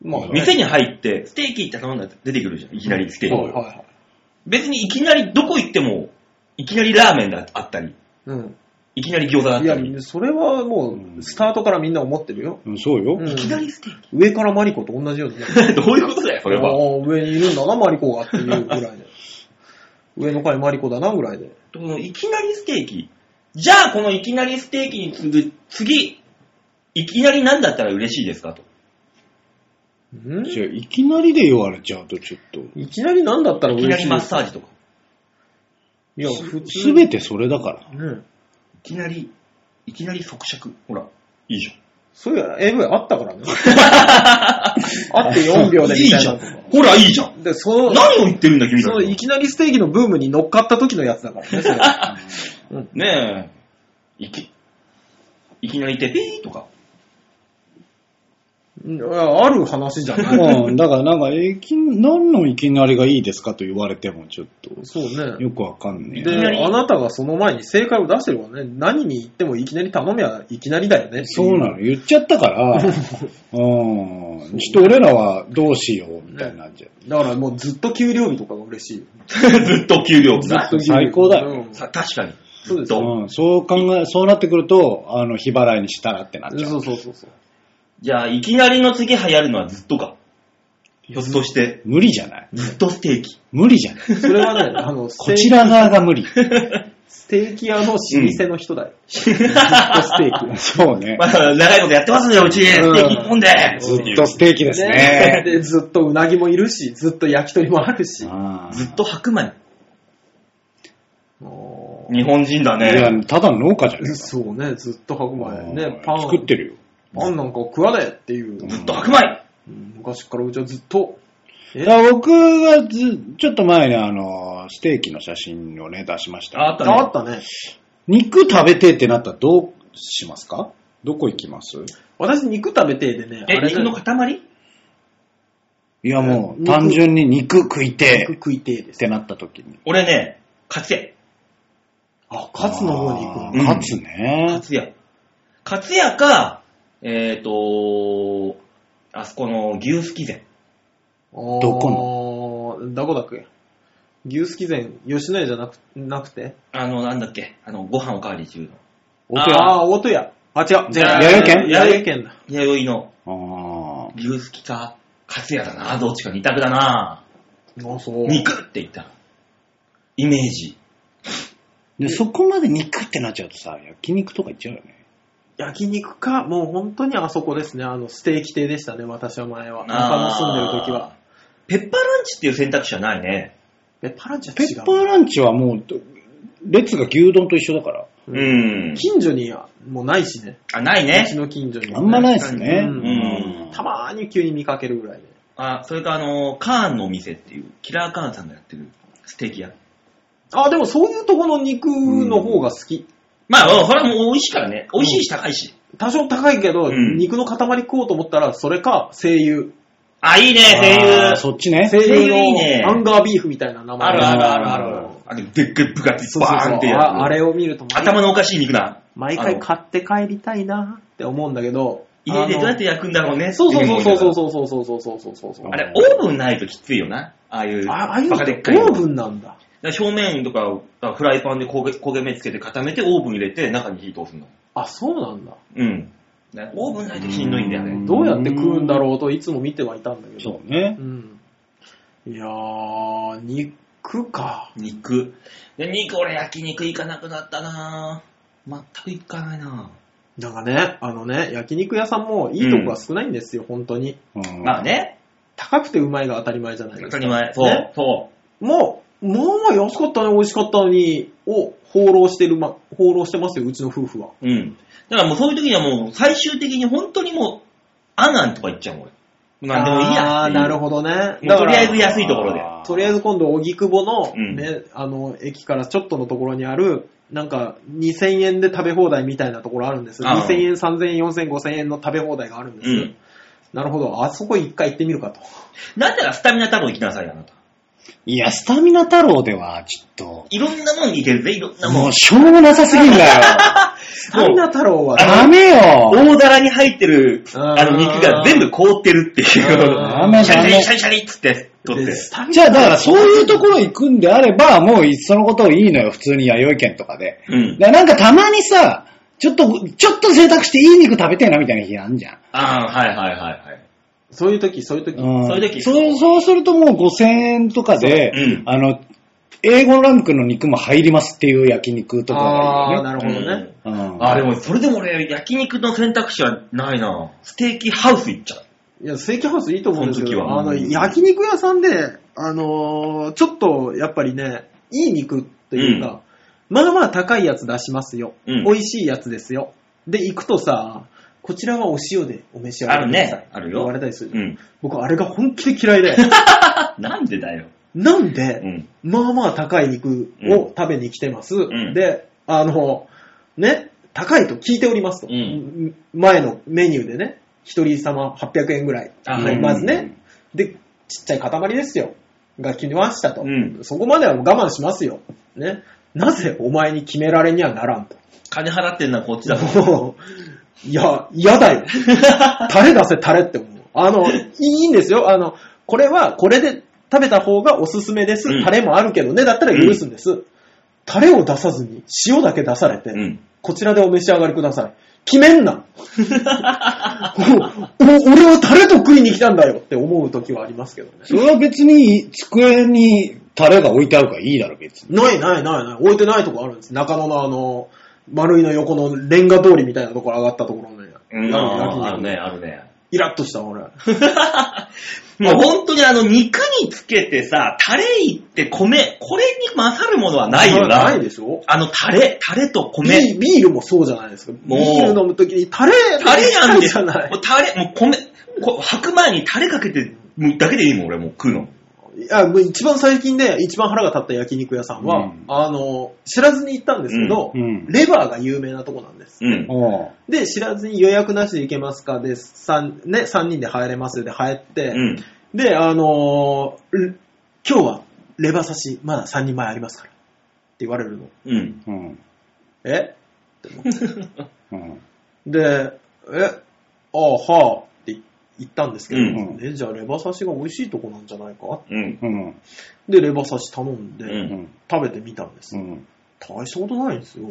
C: まあね、
B: 店に入って、ステーキって頼んだら出てくるじゃん。いきなりステーキ。
C: はいはいはい。
B: 別にいきなりどこ行っても、いきなりラーメンだあったり、
C: うん。
B: いきなり餃子だっ
C: い
B: た
C: や
B: り、、
C: それはも
D: う
C: う、
D: ん
C: スタートからみんな思ってるよ。
D: うん、そうよ。
C: うん
B: いきなりステー
C: 上からマリコと同じようにね。
B: キ。 どういうことだよ、それ
C: あ
B: は。
C: ー上にいるんだな、マリコがっていうぐらい で。上の階マリコだな、ぐらいで。
B: このいきなりステーキ。じゃあ、このいきなりステーキに次ぐ、次、いきなりなんだったら嬉しいですかと。
C: ん
D: じゃあいきなりで言われちゃうとちょっと。
C: いきなりなんだったら
B: いきな
C: 嬉し
B: り
C: い
B: マ
C: で
B: ッ
C: す。
B: サージとか。
C: いや、普通。
D: すべてそれだから。
C: うん。
B: いきなり、いきなり即尺。ほら、いいじ
C: そういう AV あった からね。あって4秒でみたいなのとか。
B: ゃん。ほら、いいじゃん。
C: で、その、
B: 何を言ってるんだ、君た
C: そのい
B: ち
C: きなりステーキのブームに乗っかった時のやつだからね、それ。
B: は。ねえ。いき、いきなりてピーとか。
C: うんあある話じゃない。
D: うん、だからなんか、いき、 何のいきなりがいいですかと言われてもちょっと、
C: そうね。
D: よくわかんね
C: で
D: え。、
C: あなたがその前に正解を出してるわね。何に行ってもいきなり頼みはいきなりだよね。
D: そうなの、言っちゃったから、 うん、ちょっと俺らはどうしようみたいになんじゃう。
C: だからもうずっと給料日とかが嬉しいよ。
B: ずっと給料
C: ずっと給料日
D: 最高だよ
C: うん
B: さ確かに。
C: そうです
B: ずっ
C: よ
B: と
D: うん、そう考え、そうなってくると、あの、日払いにしたらってなっちゃ。
C: そううそうそうそう。
B: じゃあ、いきなりの次流行るのはずっとか。ひょっとして、
D: 無理じゃない
B: ずっとステーキ。
D: 無理じゃない
C: それはね、あの、ステ
D: こ
C: ー
D: ち
C: キ
D: ら側が 無理。
C: ステーキ屋の老舗の人だよ。ステーキ。
D: そうね。
B: まあ、長いことやってますね、うち。ステ
C: うん
B: ーキ一本で。
D: ずっとステーキですね。
C: で、ずっとうなぎもいるし、ずっと焼き鳥もあるし。
D: あ
B: ずっと白米。
C: も
B: 日本人だ
D: あい
B: ね。
D: や、ただの農家じゃ
C: う
D: ないです
C: そうね、ずっと白
D: か。
C: 米ね、パン、
D: 作ってるよ。
C: パンなんか食わねえっていう。
B: ずっと白米。
C: うん昔からうちはずっと、え
D: だから僕がず、ちょっと前にあの、ステーキの写真をね、出しました。
B: あったね
C: あったね。
D: 肉食べてってなったらどうしますかどこ行きます
C: 私肉食べてえでね、あ
B: え、
C: れ
B: 肉の塊
D: いやもう、
C: 肉
D: 単純に肉食いて
C: 肉食いてえで
D: っ
C: す。
D: てなった時に。
B: 俺ね、カツヤ。
C: あ、カツの方に行くんだ。
D: あー
B: うん
D: カツ
B: カ
D: ね。
B: ツヤ。カツヤか、えっ、と、あそこの牛すき膳。
D: ど
C: このどこだっけ牛すき膳、吉野家じゃなくなくて
B: あの、なんだっけ、あの、ご飯おかわり中の。
D: お手
C: ああー、大戸屋。あ、違う。
B: じゃあ
D: 弥生県
C: 弥生県だ。
B: 弥生の
D: ああ。
B: 牛すきか、カツヤだな、どっちか二択だな。
C: あ、そう。
B: 肉って言ったら。イメージ。
D: で、そこまで肉ってなっちゃうとさ、焼肉とか行っちゃうよね。
C: 焼肉か、もう本当にあそこですね。あの、ステーキ亭でしたね、私は前は。中野
B: あー
C: 住んでる時は。。
B: ペッパーランチっていう選択肢はないね。
C: ペッパーランチは
D: ペ
C: 違
D: ッパー
C: う。
D: ランチはもう、列が牛丼と一緒だから。
C: う
B: うん。
C: 近所にはもうないしね。
B: あ、ないうね
C: ち。の近所に。
D: あんまないですね。
C: うん
B: うん
C: たまーに急に見かけるぐらいで。
B: あ、それかあの、カーンのお店っていう、キラーカーンさんがやってるステーキ屋。
C: あ、でもそういうとこの肉の方が好き。
B: まあ、それはもう美味しいからね。美味しいし高いし。
C: 多少高いけど、
B: うん
C: 肉の塊食おうと思ったら、それか、声優。
B: あ、いいね、
D: あー
B: 声優。
D: そっちね。
C: 声優
B: いいね
C: のアンガービーフみたいな名前。
B: あるあるあるあ
C: う
B: る
C: ん。
B: あれ、でっかい部活
C: そうそう
B: バ
C: そ
B: ーン
C: う
B: ってやつ。
C: ああれを見ると、
B: 頭のおかしい肉な。
C: 毎
B: あ
C: 回
B: の
C: 買って帰りたいなって思うんだけど、
B: 家でどうやってて焼くんだろうね。
C: そうそう
B: ってい
C: そうそう
B: う
C: そうそうそうそうそうそうそう
B: のが。あれ、オーブンないときついよな。ああいう、
C: あああいう
B: バ
C: のっ
B: カ
C: て
B: でっかいの。
C: オーブンなんだ。
B: だから表面とかをあフライパンで焦げ焦げ目つけて固めてオーブン入れて中に火通すの。
C: あ、そうなんだ。
B: うん。だからオーブンないとしんどいんだよ
D: う
B: ね。
C: どうやって食うんだろうといつも見てはいたんだけど。
D: そうね
C: う。ん。いやー、肉か。
B: 肉。で、肉俺焼肉行かなくなったなぁ全く行かないな
C: なんかね、あのね、焼肉屋さんもいいとこが少ないんですよ、本当に。
D: うん
B: まあね。
C: 高くてうまいが当たり前じゃないです
B: 当た
C: か。
B: り前。そう、
C: ね
B: そ
C: もう、まあ安かったね、美味しかったのに、を放浪してる、ま、放浪してますよ、うちの夫婦は。
B: う。うん。だからもうそういう時にはもう最終的に本当にもう、アンアンとか行っちゃうもん俺。なんでもいいやっ
C: ああ
B: て
C: ー、
B: いう。
C: なるほどね。
B: もうとりあえず
C: だから
B: 安いところで。
C: とりあえず今度、荻窪の、
B: うん
C: ね、あの、駅からちょっとのところにある、なんか、2000円で食べ放題みたいなところあるんです。
B: あー
C: 2000円、3000円、4000円、5000円の食べ放題があるんです。
B: うん
C: なるほど、あそこ一回行ってみるかと。
B: なんだらスタミナ太郎行きなさいよ、あなた。
D: いや、スタミナ太郎では、ちょっ
B: いろんなもんに行けるぜ、いろんな
D: と、
B: も
D: も
B: ん
D: う。しょうもなさす ぎんだよ。
C: スタミナ太郎はね、
D: ダメ よ。
B: 大皿に入ってる、
C: うん
B: あの肉が全部凍ってるっていう。シ
C: うん
D: ダメ
B: ャ
D: ダ
B: リシャリ
D: メ
B: シ。ャリシャリっつって取っ
C: で
B: て。
C: スタミナ
D: じゃあ、だからそういうところ行くんであれば、もういっそのことをいいのよ、普通に弥生県とかで。
B: うん。
D: だからなんかたまにさ、ちょっと、ちょっと贅沢していい肉食べてえなみたいな日あんじゃん。
B: ああ、はいはいはいはい。
C: そういう時、そういう時。
D: うん
B: そういう時
D: そう、そうするともう5000円とかで、
B: そううん
D: あの、A5 ランクの肉も入りますっていう焼肉とかがいい
C: ああ、
D: よね。
C: なるほどね。
B: うん
D: うん
B: あ、でも、それでも俺、焼肉の選択肢はないなステーキハウス行っちゃう。
C: いや、ステーキハウスいいと思うんですけ
B: その時は
C: ど、あの、焼肉屋さんで、あのーちょっと、やっぱりね、いい肉というか、まあまあ高いやつ出しますよ。
B: うん
C: 美味しいやつですよ。で、行くとさ、こちらはお塩でお召し上がりくださ
B: あ
C: い。
B: るねあるよ
C: 言われたりする。
B: うん。
C: 僕、あれが本気で嫌 いで、
B: あ、なんでだよ。
C: なん
B: う
C: で、
B: ん。
C: まあまあ高い肉を食べに来てます。
B: ん
C: で、あの、ね、高いと聞いておりますと。
B: うん
C: 前のメニューでね、一人様800円ぐらい。
B: あ
C: はい
B: うん
C: まずね。で、ちっちゃい塊ですよ。が決めましたと、
B: うん
C: そこまでは我慢しますよ。ね。なぜお前に決められにはならんと。
B: 金払ってんのはこっちだもん。
C: もういや、嫌だ よ。タレ出せ、タレって思う。あの、いいんですよ。あの、これは、これで食べた方がおすすめです。
B: うん
C: タレもあるけどね。だったら許すんです。タレを出さずに、塩だけ出されて、
B: うん。
C: こちらでお召し上がりください。決めんな おお俺はタレと食いに来たんだよって思う時はありますけどね。
D: それは別に机にタレが置いてあるからいいだろ、別に。
C: ないないないない。置いてないとこあるんです。中野のあの、丸いの横のレンガ通りみたいなところ上がったところね。
B: うん、
C: ある
B: あ
C: 焼肉
B: ーあるね、あるね。
C: イラッとした俺。
B: もう本当にあの、肉につけてさ、タレいって米、これに勝るものはないよな。
C: ないでしょ
B: あの、タレ、タレと
C: ビ
B: 米。
C: ービールもそうじゃないですか。ビ
B: もう
C: ール飲むときにタレ、
B: タレやんけ。
C: じゃない
B: も。うタレ、もう米、こ履く前にタレかけて、だけでいいもん、俺もう食うの。
C: いや、もう一番最近で一番腹が立った焼肉屋さんは、
B: うん
C: あの、知らずに行ったんですけど、
D: うん
C: レバーが有名なとこなんです。
B: うん。
D: お
C: で、知らずに予約なしで行けますかで、三ね、3人で入れますで入って、
B: うん。
C: で、あのーん今日はレバー刺し、まだ3人前ありますから。って言われるの。
B: うん。
D: うん。
C: え
D: うん。
C: で、え、ああ、はあ、って言ったんですけど、
B: うん
C: え、じゃあレバー刺しが美味しいとこなんじゃないか
B: うん。
D: うん。
C: で、レバー刺し頼んで、
B: うん
D: うん。
C: 食べてみたんです。
D: うん。
C: 大したことないんですよ。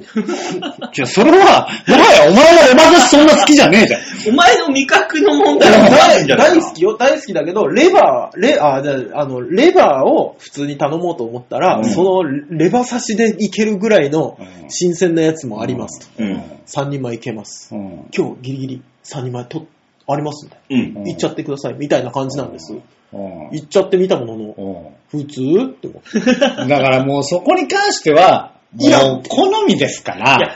D: じゃあ、それは、もはやお前はレバ刺しそんな好きじゃねえじゃん。
B: お前の味覚の問題はない
C: 大
B: んじゃない
C: 大
B: か
C: 好きよ、大好きだけど、レバー、レ、あ、じゃあ、あの、レバーを普通に頼もうと思ったら、
D: うん
C: そのレバ刺しでいけるぐらいの
D: うん
C: 新鮮なやつもありますと。
B: うん。
C: 3人前いけます。
D: うん。
C: 今日ギリギリ3人前と、ありますんで。
B: うん。
C: 行っちゃってください、みたいな感じなんです。
D: うん。
C: 行っちゃってみたものの、
D: う
C: 普
D: ん
C: 通って思って。
D: だからもうそこに関しては、
C: いや
D: もう好みですから。
B: いや、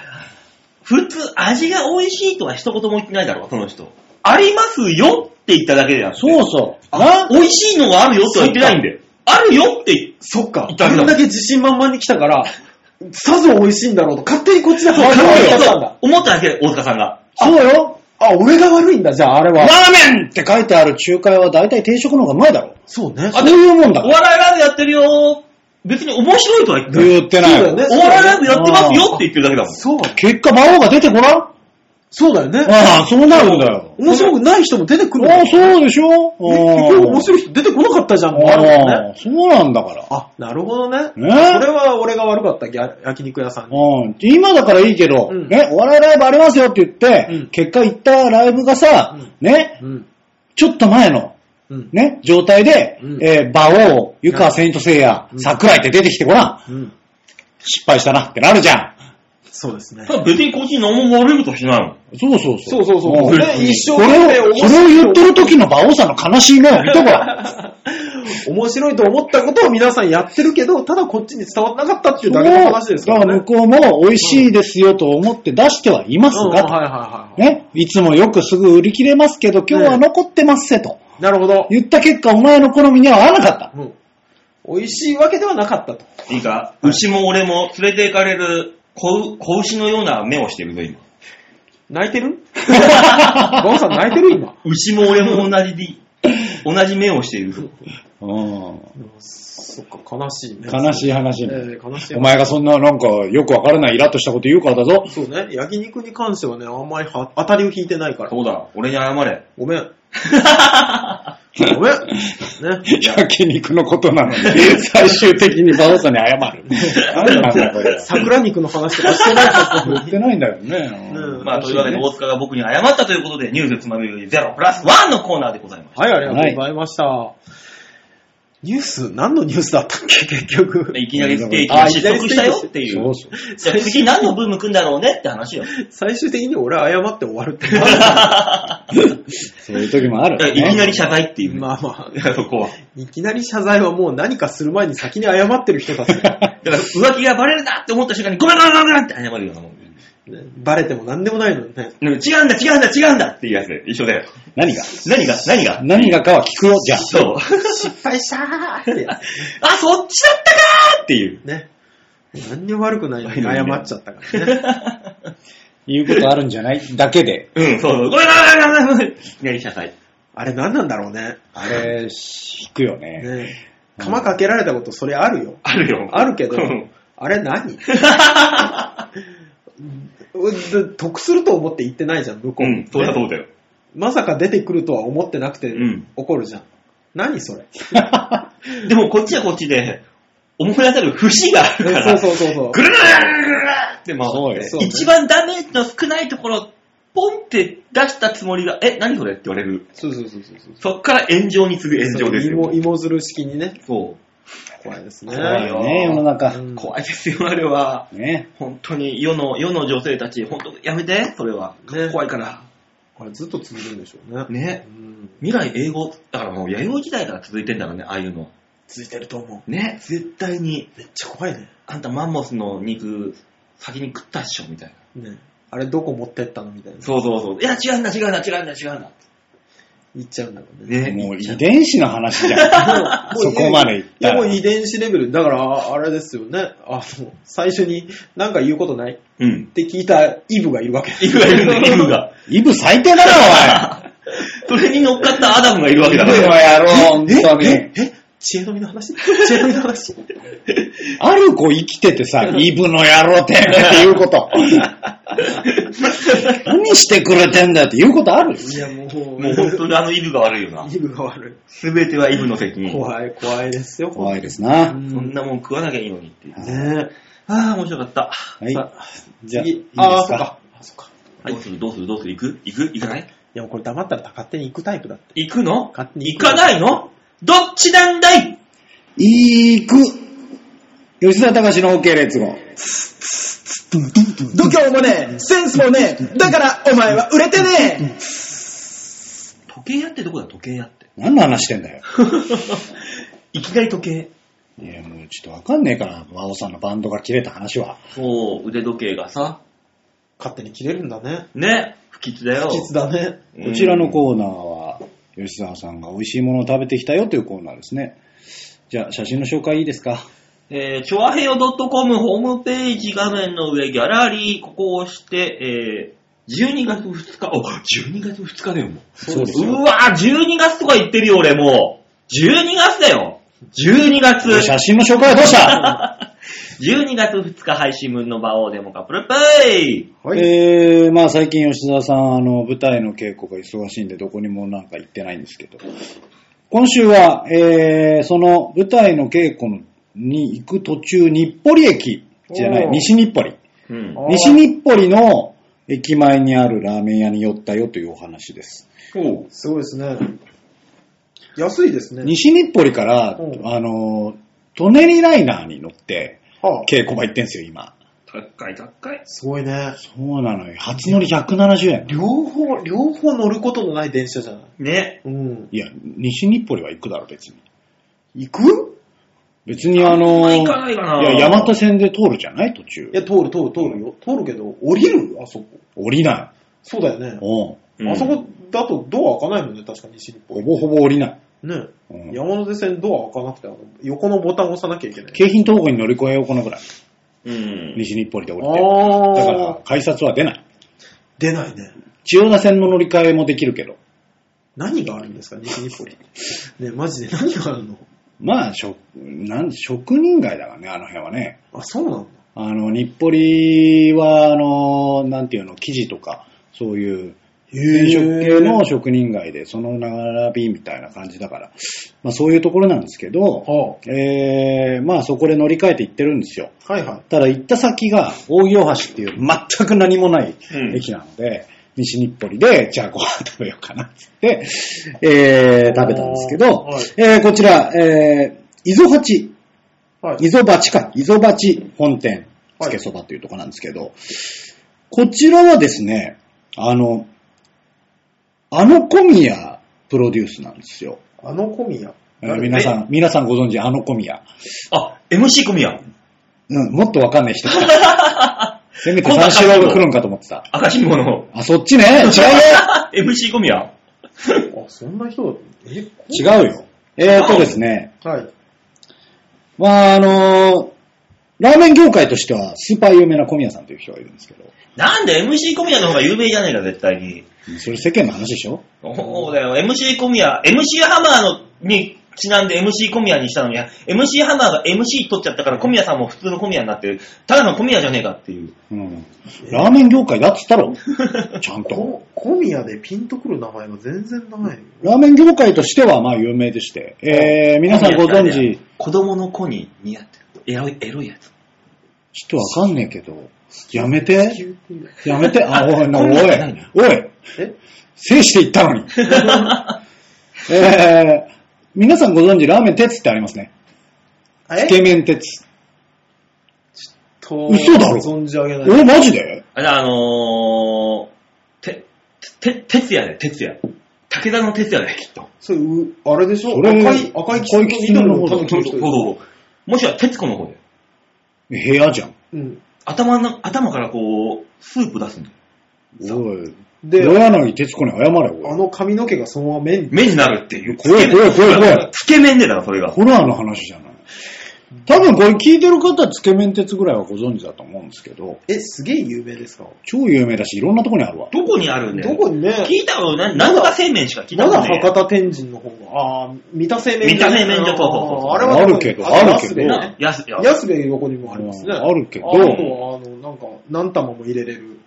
B: 普通、味が美味しいとは一言も言ってないだろう、その人。ありますよって言っただけだよ。
D: そうそう。
B: あ
D: な
B: 美味しいのがあるよとは言ってないんで。あるよって
C: そっか
B: 行っ
C: こ
B: たけど
C: んだけ自信満々に来たから、さぞ美味しいんだろうと、勝手にこっちで
B: 言
C: 話
B: っ
C: してちゃったんだ
B: と。思っただけ、大塚さんが。
C: そうよ。あ、俺が悪いんだ、じゃあ、あれ
D: ラ
C: は。
D: ーメンって書いてある中華屋は大体定食の方が前だろ。
C: そうね。
D: そういうもんだ
B: お
D: から。
B: 笑いライブやってるよ別に面白いとは言ってない。
D: 言ってない
C: そうだよ
D: よ。
C: ね
B: お笑いライブやってますよって言ってるだけだもん。
C: そう、
D: 結果、魔王が出てこらん
C: そうだよね。
D: ああ、そうなるんだよ。
C: 面白くない人も出てくるんだ
D: あ
C: よ
D: あ、そうでしょ
C: え結局面白い人出てこなかったじゃん、もうあるもんね。
D: ああそうなんだから。
C: あ、なるほどね。
D: ね
C: それは俺が悪かった、ぎゃ焼肉屋さんに。
D: うん、今だからいいけど、
C: うん
D: ね、お笑いライブありますよって言って、
C: うん
D: 結果行ったライブが
C: う
D: さ、
C: ん
D: ね、
C: うん。
D: ちょっと前の、
C: うん。
D: ね、状態で、
C: うん
D: えー、馬王、湯川セイントセイヤ
C: う、ん
D: 桜井って出てきてごらん。
C: うん。
D: 失敗したなってなるじゃん。
C: そうですね。
B: 別にこっちに何も悪いことはしないもん。
D: そうそうそ。
C: そううそうそう。
D: ん
C: 俺一生
D: こ
C: 懸
D: れ
C: 命面
D: を、それを
C: 白い
D: 言ってる時の馬王さんの悲しい目を見てごらん。
C: 面白いと思ったことを皆さんやってるけど、ただこっ ちに伝わらなかったっていうだけの話ですか
D: だからら
C: ね
D: 向。こうも美味しいですよと思って出してはいます
C: うんはい
D: が、
C: はいはいは
D: ね、いつもよくすぐ売り切れますけど、今日は残ってますせと。
C: い。なるほど。
D: 言った結果、お前の好みには合わなかった。
C: うん美味しいわけではなかったと。
B: いいか、牛も俺も連れて行かれる子子牛のような目をしてるぞ、今。
C: 泣いてる馬王さん泣いてる今。
B: 牛も俺も同じで、同じ目をしている。
D: うん。
C: そっか、悲しいね。
D: 悲しい話
C: え
D: ね。
C: ー悲しい話
D: お前がそんな、なんか、よくわからないイラッとしたこと言うから だぞ。
C: そうね、焼肉に関してはね、あんまりは当たりを引いてないから。
B: そうだ、俺に謝れ。
C: ご めん。ごめん。ね。
D: 焼肉のことなのに、最終的に馬王さんに謝る。何なんだこれ。
C: 桜肉の話とかしてないから
D: 言ってないんだよね。
C: うん
B: まあ、というわけで、
D: ね
B: 大塚が僕に謝ったということで、ニュースつまみ食いゼロプラスワンのコーナーでございました。
C: はい、ありがとうございました。ニュース、何のニュースだったっ け、結局。
B: いきなりステーキが失速したよってい。
D: そううそう。
B: じゃあ次何のブーム来んだろうねって話よ。
C: 最終的に俺謝って終わるって。
D: そういう時もある、
B: いやいきなり謝罪っていうね。
C: まあま
B: い
C: あ、
B: やそこは。
C: いきなり謝罪はもう何かする前に先に謝ってる人たち、 ね。
B: だから浮気がバレるなって思った瞬間に、ごめんごめんごめんごめんって謝るようなもんで。
C: バレても何でもないのにね。
B: でも違うんだ違うんだ違うんだっていうやつで一緒だよ。
D: 何が
B: 何が何が
D: 何がかは聞くよ、じゃあ。
B: そう。
C: 失敗したーって。
B: あ、そっちだったかーっていう。
C: ね。何にも悪くないのに謝っちゃったからね。
D: 言うことあるんじゃないだけで。
B: うん、そうそう。ごめんごめんごめんごめんごめん。いきなり謝罪。
C: あれ何なんだろうね。
D: あれ、引くよね。
C: ね釜かけられたこと、それあるよ。
B: あるよ。
C: あるけど
B: うん、
C: あれ 何うん得すると思って言ってないじゃん、向こ
B: う
C: う。
B: ん、そうだそう
C: ね
B: だよ。
C: まさか出てくるとは思ってなくて
B: うん
C: 怒るじゃん。何それ。
B: でもこっちはこっちで、思い当たる節があるから、
C: そうそうそうそう
B: ぐ。るぐるぐるぐるって
D: そうよ
B: 回
C: そ
B: っ
C: うね
B: て、一番ダメージの少ないところ、ポンって出したつもりが、え、何それって言われる。
C: そうそうそうそうそう。
B: そっから炎上に次ぐ炎上です
C: 芋
B: よ。
C: 芋づる式にね。
B: そ
C: 怖いです
B: 怖
D: 怖
B: い
C: ね。
D: いよね、世の中。
C: うん
B: う。怖いですよ、あれは。
D: ね。
B: 本当に、世の、世の女性たち、本当やめて、それは。
C: ね
B: 怖いから。
C: あれずっと続くんでしょうね。
B: ね
C: うん。
B: 未来英語、だからもう弥生時代から続いてんだろうね、ああいうの。
C: 続いてると思う。
B: ね、絶対に、
C: めっちゃ怖いね。
B: あんたマンモスの肉、先に食ったっしょ、みたいな。
C: ね。あれどこ持ってったのみたいな。
B: そうそうそう。いや、違うんだ、違うんだ、違うんだ、違うんだ。
A: いっちゃうんだろうね。
D: もう遺伝子の 話じゃん。そこまでいっ
C: いや、
D: た
C: もう
D: ら。
C: 遺伝子レベル。だから、ああれですよね。あの、最初になんか言うことないっ
B: うん。
C: て聞いたイブがいるわけ。
B: イブがいるんだよ、イブが。
D: イブ最低だな、
B: それに乗っかったアダムがいるわ
D: お
B: け
D: い。イ
B: だ
D: ブ
B: か
D: の
B: ら。
D: 野郎、本当に。
C: え知恵の実の 話知恵の実の話
D: ある子生きてて さ、イブの野郎てめえって言うこと。何してくれてんだよって言うことある
C: いや、もう、
B: もう本当にあのイブが悪いよな。
C: イブが悪
B: すべてはイブの責
C: い。
B: 任。
C: 怖い、怖いですよ。
D: 怖いですな。
B: そんなもん食わなきゃいいのにっていう。
C: ね
B: ああ、面白かった。
D: はい。じゃあ、いい
C: 次
D: です
C: ああ、そっ
D: か
C: か。あそっか。
B: どうするどうするどうする行く行く行かない
C: いや、もうこれ黙ったら勝手に行くタイプだって。
B: 行くの
C: 勝手に
B: 行かないのどっちなんだい
D: いく。吉田隆の OK 列語。
C: 度胸もねえセンスもねえだからお前は売れてね
B: 時計屋ってどこだ時計屋って。
D: 何の話してんだよ。
B: いきなり時計。
D: いや、もうちょっとわかんねえから、和尾さんのバンドが切れた話は。
B: そう、腕時計がさ、
C: 勝手に切れるんだね。
B: ね、不吉だよ。
C: 不吉だね。
B: うん
D: こちらのコーナーは、吉沢さんが美味しいものを食べてきたよというコーナーですね。じゃあ、写真の紹介いいですか
B: えー、チョアヘヨ .com ホームページ画面の上、ギャラリー、ここを押して、えー、12月2日、お、12月2日だよ、も
D: そう
B: う。
D: です
B: う
D: よ。
B: わぁ、12月とか言ってるよ、俺もう。12月だよ。12月。
D: 写真の紹介はどうした
B: 12月2日配信分の場をデモかプルプイ
C: はい
D: えー、まあ最近吉沢さん、あの、舞台の稽古が忙しいんで、どこにもなんか行ってないんですけど、今週は、えー、その舞台の稽古に行く途中、日暮里駅じゃな
C: お
D: い、
C: ー
D: 西日暮里。
B: うん。
C: おー
D: 西日暮里の駅前にあるラーメン屋に寄ったよというお話です。
B: おう
C: すごいですね。安いですね。
D: 西日暮里から
C: う、ん
D: あの、トネリライナーに乗って、
C: はあ、
D: 稽古場行ってんすよ、今。
B: 高い高い。
C: すごいね。
D: そうなのよ。初乗り170円。
C: 両方、両方乗ることのない電車じゃない。
B: ね。
C: うん。
D: いや、西日暮里は行くだろ、別に。
C: 行く
D: 別にあ
B: あん
D: の、
B: ま
D: い
B: 行かないかな
D: や、山手線で通るじゃない途中
C: い。や、通る通る通るよ。通るけど、降りるあそこ。
D: 降りな
C: そうだよね
D: い。。うん。
B: うん
C: あそこだとドア開かないもんね、確かに西日
D: ほ
C: 本。
D: ぼほぼ降りない。
C: ね。
D: うん
C: 山手線ドア開かなくて、あの横のボタンを押さなきゃいけない。
D: 京浜東北に乗り越えよう、このぐらい。
B: うん。
D: 西日暮里で降りて。
C: あ
D: だ
C: だ
D: か
C: からら、、
D: 改札は出ない。
C: 出ないね。
D: 千代田線の乗り換えもできるけど。
C: 何があるんですか、西日暮里。ね、マジで何があるの
D: まあ、職、なん、職人街だからね、あの辺はね。
C: あ、そうなんだ。
D: あの、日暮里は、あの、なんていうの、生地とか、そういう、飲食系の職人街で、その並びみたいな感じだから、まあそういうところなんですけど、
C: は
D: えー、まあそこで乗り換えて行ってるんですよ。
C: あ、はいはい。
D: ただ行った先が、大行橋っていう全く何もない
B: うん
D: 駅なので、西日暮里で、じゃあご飯食べようかなって言って、えー、食べたんですけど、
C: はい
D: えー、こちら、えー、溝八、
C: はい。
D: 溝八か、溝八本店、
C: は
D: つ
C: い
D: けそばというところなんですけど、こちらはですね、あの、あの小宮プロデュースなんですよ。
C: あの小宮。
D: えー皆さん、皆さんご存知、あの小宮。
B: あ、MC 組や。
D: うん、もっとわか んない人が。せめて三四郎が来るんかと思ってた。
B: 赤信号の。
D: あ、そっちね違うよ
B: MC 組や。
C: あ、そんな人だったえ、
D: 違うよ。えーっとですね、
C: はい。
D: まああのーラーメン業界としてはスーパー有名な小宮さんという人がいるんですけど、
B: なんで MC 小宮の方が有名じゃないか、絶対に。
D: それ世間の話でしょ
B: そうだよ、MC 小宮。MC ハマーのにちなんで MC 小宮にしたのに、MC ハマーが MC 取っちゃったから小宮さんも普通の小宮になってる。ただの小宮じゃねえかっていう。
D: うん。ラーメン業界だっつったろちゃんと。
C: こ小宮でピンとくる名前が全然ない。
D: ラーメン業界としてはまあ有名でして、えー、皆さんご存知、。
B: 子供の子に似合ってる。エロい、エロいやつ。
D: ちょっとわかんねえけど、やめて、
C: 急っていう
D: やめて、あ、おい、なおい
B: 小宮じゃないな、
D: おい、
C: え
D: 制していったのに。えー、皆さんご存知、ラーメン鉄ってありますね。つけ麺鉄。
C: と
D: 嘘だろ
C: 存じ上げない。
D: お、マジで
B: あれ、あのー、て、て、てつやで、てつや。武田のてつやで、きっと。
C: それ、うあれでしょ
D: それ
C: 赤い、赤いキツネの緑の
D: 赤
C: タ
D: い
C: ヌキ
D: キツ
C: の人
D: ネ
B: ほど。もしくは、てつこの方で。
D: 部屋じゃん。
C: うん。
B: 頭の、頭からこう、スープ出すんだよ。
D: おい、で、
C: で、
D: 親柳徹子に謝れよ。
C: あの髪の毛がそのまま目に、
B: 目になるっていう。
D: 怖い怖い怖い怖い。
B: つけ麺でだから、それが。
D: ホラーの話じゃない。多分これ聞いてる方、つけ麺鉄ぐらいはご存知だと思うんですけど、
C: え、すげえ有名ですか
D: 超有名だし、いろんなとこにあるわ。
B: どこにあるんだよ。
C: どこにね、
B: 聞いたことない。なんとか製麺しか聞いた
C: ま
B: こと
C: だ
B: ない。
C: 博多天神の方が、ああ、三田製麺
B: 三田製麺所そうそうそう
C: あれは
D: あるけ
C: れ
D: ど
C: は
D: ある
C: 安
D: けど
C: 部ね
B: 安いや
C: 安部横にもありますね。
D: うんあるけど
C: あとは、あの、なんか、何玉も入れれる。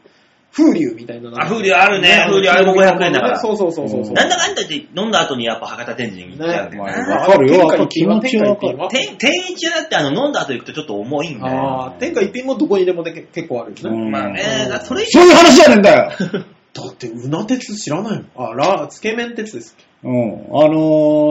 C: 風流みたいななんか。
B: あ風流あるね風流あれも500円だから
C: そうそうそうそうそう。
B: なんだかんだ言って飲んだ後にやっぱ博多天神に行っちゃうんだよ
D: ね
B: な。
D: まわかるよ
C: 天下一品は
D: 気持ちはわかる
C: 天下
B: 天
C: 一
B: 天一だってあの飲んだ後行くとちょっと重いん
C: 品
B: だ
C: は
B: よ。
C: ああ、天下一品もどこにでもでけ結構あるよね。
D: うん
B: まあね、だからそれ以
D: そういう話じゃねえんだよ
C: だって、うな鉄知らないのあ、ら、つけ麺鉄ですっけ
D: うん。あの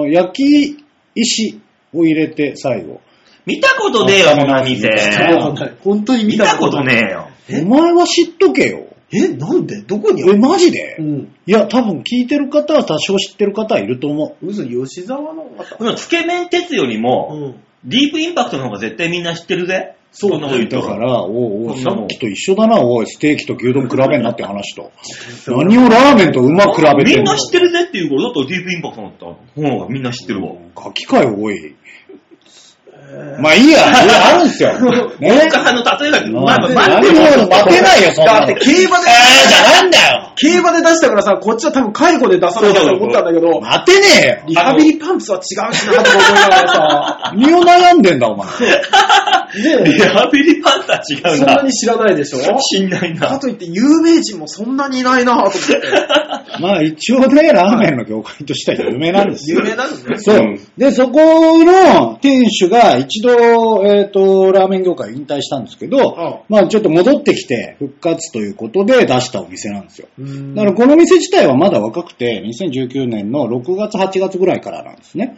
D: ー、焼き石を入れて、最後。
B: 見たことねえよ、この店。
D: え
C: ない。本当に
B: 見
C: 見
B: た
C: た
B: こ
C: こととない。
B: ねえよ。
C: え
D: お前は知っとけよ。
C: え、なんでどこにあ
D: え、
C: る
D: マジで、
C: うん。
D: いや、多分聞いてる方は多少知ってる方はいると思
C: うず、吉沢の方
B: こ。のつけ麺鉄より
C: う
B: も、
C: ん。
B: ディープインパクトの方が絶対みんな知ってるぜ。
D: う。
B: こんなこと言った
D: だ
B: ら
D: か。ら、おうおう、
B: そん
D: さ
B: なもん
D: っきと一緒だな、おい、ステーキと牛丼比べんなって話と。何をラーメンとうまく比べて
B: みん
D: んの
B: な知ってるぜっていうことだとディープインパクトだった方がみんな知ってるわ。
D: ガキかよ、おい。まあいいや、いやあるんですよ。ね
B: 大川の例えだけど、ま
D: ま
B: あ
D: あ
B: まあ、
D: な
B: 待
D: る
B: ってよ。
D: ほど、待てないよ、そんな
C: だっ
D: の。
C: て
D: えー、
C: 競馬で、
D: じゃあなんだよ。
C: 競馬で出したからさ、こっちは多分介護で出さないかと思ったんだけど、
D: 待てねえ
C: リハビリパンプスは違うしなとか思いながらさ、
D: よ。身を悩んでんだ、お前。
B: リ
C: ね
B: ハビリパンタ違
C: え、
B: う
C: そんな
B: な。
C: に知らないでしょ
B: 死んない
C: か
B: な。
C: といって有名人もそんなにいないなと思って。
D: まあ一応ね、ラーメンの業界としては有名なんですよ
C: 有。名なんですね。
D: そう。で、そこの店主が一度、えっ、と、ラーメン業界引退したんですけど、
C: ああ
D: まあちょっと戻ってきて復活ということで出したお店なんですよ。だか
C: な
D: らこの店自体はまだ若くて、2019年の6月、8月ぐらいからなんですね。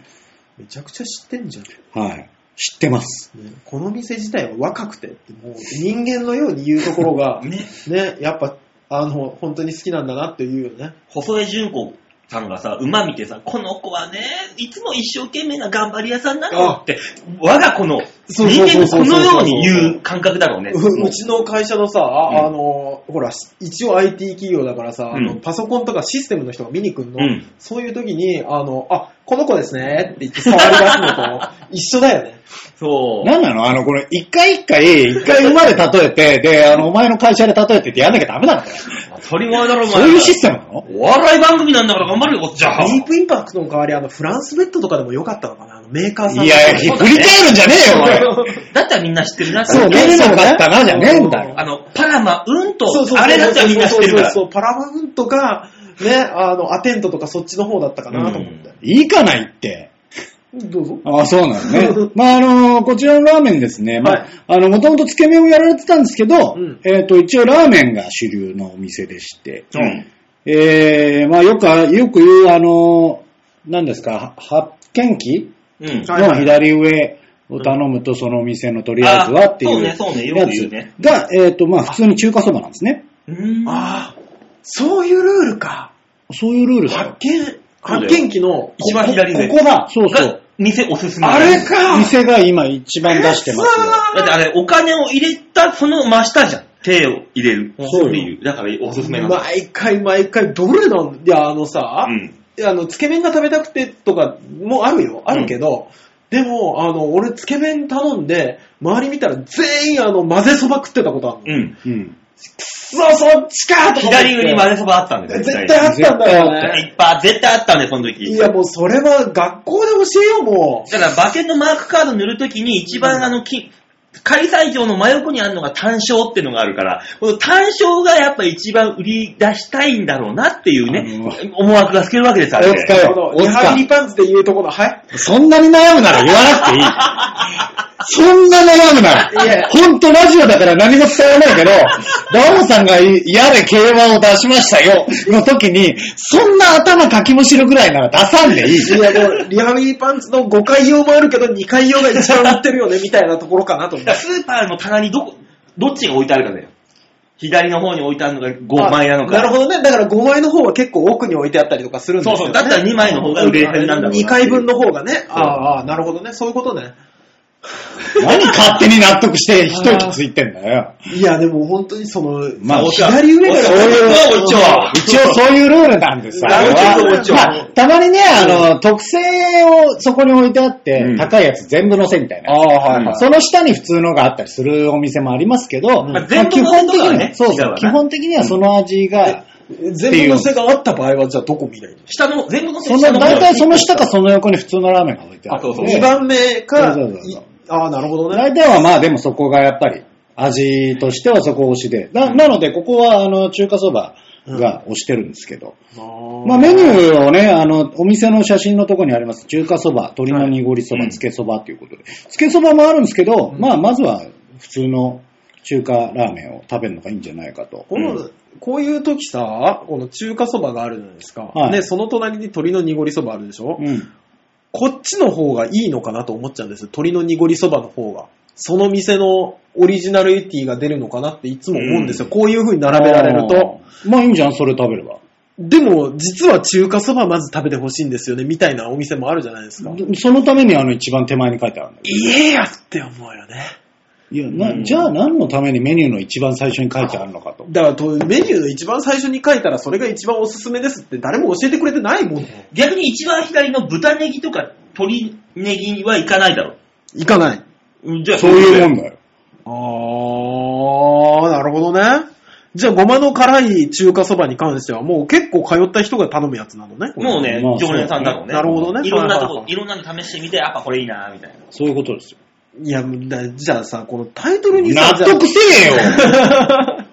C: めちゃくちゃ知ってんじゃん。
D: はい。知ってます。
C: ねこの店自体は若くてって、もう人間のように言うところが、ね
B: ね、
C: やっぱ、あの、本当に好きなんだなっていうよね。
B: 細江純子さんがさ、馬見てさ、この子はね、いつも一生懸命な頑張り屋さんなのって、我が子の人
D: そうそうそ
B: 間こ
D: う
B: のように言う感覚だろうね。
C: ううちの会社のさ、
B: ん
C: あの、ほら、一応 IT 企業だからさ、あの
B: うん
C: パソコンとかシステムの人が見に来んの、
B: うん
C: そういう時に、あの、あ、この子ですねって言って触り出すのと 一緒だよね。
B: そう。
D: なんなのあの、これ、一回一回、一回馬で例えて、 で、あの、お前の会社で例えてってやんなきゃダメなのこれ
B: 当たり前だろ、お前。
D: そういうシステムなの
B: お笑い番組なんだから頑張るよ、こっちは。
C: ディープインパクトの代わり、あの、フランスベッドとかでも良かったのかなあの、メーカーさんの
D: いや、振り返るんじゃねえよ、お前。
B: だったらみんな知ってるな、
D: そう、出れなかったな、じゃねえんだよ。
B: あの、パラマ、うんと
C: そうそうそう、
B: あれだったらみんな知ってるから。
C: そうそうそう、パラマウントか、ね、あの、アテントとかそっちの方だったかなと思って。
D: いいかないって。
C: どうぞ。
D: あそうなの ね。まあ、あのこちらのラーメンですね。まあ、
C: はい
D: あの、もともとつけ麺をやられてたんですけど、
C: うん
D: えっ、と、一応ラーメンが主流のお店でして、
B: うん
D: えー、まあ、よくあ、よく言う、あの何ですか、発見機
B: うん。
C: はいはい
D: の左上を頼むと、そのお店のとりあえずはっていう
B: あ
D: やつ
B: そうねそうねよく言うね
D: が、えっ、と、まあ、普通に中華そばなんですね。
B: うん
C: ああ、そういうルールか。
D: そういうルールだ
C: 発
D: よ。
C: 見、発見機の、
B: 一番左上。
D: ここだ。そうそ
B: が
D: う。
B: 店おすすめ。
C: あれか
D: 店が今一番出してますよ。
B: だってあれ、お金を入れた、その真下じゃん。手を入れる。
D: そうよ
B: っていう。だから、おすすめなんだ。
C: 毎回毎回、どれなんいや、あのさ、
B: うん。
C: いやあの、つけ麺が食べたくてとかもあるよ。あるけど、でも、あの、俺、つけ麺頼んで、周り見たら全員、あの、混ぜそば食ってたことあるの。
B: うん。
D: うん。
C: そう、そっちかとか思って
B: 左上に混ぜそばあったんだよ。
C: 絶対あったんだよ
D: 絶対あ
C: ね。
B: いっぱい、絶対あったんだよ、その時。
C: いや、もうそれは学校で教えよう、も
B: だから、馬券のマークカード塗るときに、一番あの、き、開催場の真横にあるのが単勝っていうのがあるから、この単勝がやっぱ一番売り出したいんだろうなっていうね、思惑が透けるわけですあれ
D: 大塚
C: う。
D: よ
C: なるほど
D: 大
C: リ
D: 塚
C: ハビリパンツで言うところ、はい
D: そんなに悩むなら言わなくていい。そんな悩むなら。ほんとラジオだから何も伝わらないけど、ダオさんが嫌で競馬を出しましたよの時に、そんな頭かきむしるぐらいなら出さんでいい。
C: いや、でも、リハビリパンツの5回用もあるけど、2回用が一番売ってるよね、みたいなところかなと思っ
B: だから
C: て。
B: スーパーの棚にどこ、どっちが置いてあるかだよ。左の方に置いてあるのが5
C: あ
B: 枚なのか。
C: なるほどね。だから5枚の方は結構奥に置いてあったりとかするんです
B: そ
C: よ、
B: う
C: ね。
B: そう。だったら2枚の方が売れてるなんだろうな。
C: 2回分の方がね。ああああ、なるほどね。そういうことね。
D: 何勝手に納得して一息ついてんだよ。
C: いや、でも本当にその、
D: まあ
C: 左上から、
D: そういう
B: おっちょは
D: 一応そういうルールなんですよ。
B: なるほど
D: まあ
B: もちろん
D: まあ、たまにね、あの、特性をそこに置いてあって、
B: うん
D: 高いやつ全部乗せみたいな。
B: はいはい
D: その下に普通のがあったりするお店もありますけど、
B: まあ全部乗せとかはね
D: そう
B: 違う
D: そ
B: わ
D: う、
B: な
D: 基本的にはその味が、
C: 全部のせがあった場合は、じゃあどこ見ないの
B: 下の、全部の
D: そ
B: 選手の
D: の、
B: 方
D: 大体その下かその横に普通のラーメンが置いてあ
B: あ、
D: る。
B: そうそう。
C: ?2 番目か
D: そうそうそうそう、
C: ああ、なるほどね。
D: 大体はまあでもそこがやっぱり味としてはそこ推しで。ななのでここはあの中華そばが推してるんですけど。まあメニューをね、あの、お店の写真のとこにあります。中華そば、鶏の濁りそば、
B: はい
D: つけそばということで。つけそばもあるんですけど、まあまずは普通の中華ラーメンを食べるのがいいんじゃないかと。
C: この、こういう時さ、この中華そばがあるじゃないですか。
D: はい
C: で、その隣に鶏の濁りそばあるでしょ、
D: うん。
C: こっちの方がいいのかなと思っちゃうんです。鶏の濁りそばの方が。その店のオリジナルティが出るのかなっていつも思うんですよ。こういう風に並べられると。
D: あー。まあいいんじゃん、それ食べれば。
C: でも、実は中華そばまず食べてほしいんですよね、みたいなお店もあるじゃないですか。
D: そのためにあの一番手前に書いてあるんだけど
C: 言えやって思うよね。
D: いや、な、じゃあ何のためにメニューの一番最初に書いてあるのかと。
C: だからと、メニューの一番最初に書いたら、それが一番おすすめですって誰も教えてくれてないもん。
B: 逆に一番左の豚ネギとか鶏ネギはいかないだろ
C: いかない。
B: う。じゃあ、
D: そういうもんだよ。
C: あー、なるほどね。じゃあ、ごまの辛い中華そばに関しては、もう結構通った人が頼むやつなのね。これ
B: もうね
D: まあ、
B: 常連さんだろうね。
C: なるほどね。
B: いろんなと
C: は
B: こ、
C: い
B: いろんなの試してみて、やっぱこれいいな、みたいな。
D: そういうことですよ。
C: はいはいいや、だじゃあさ、このタイトルにさ、
D: 納得せえよ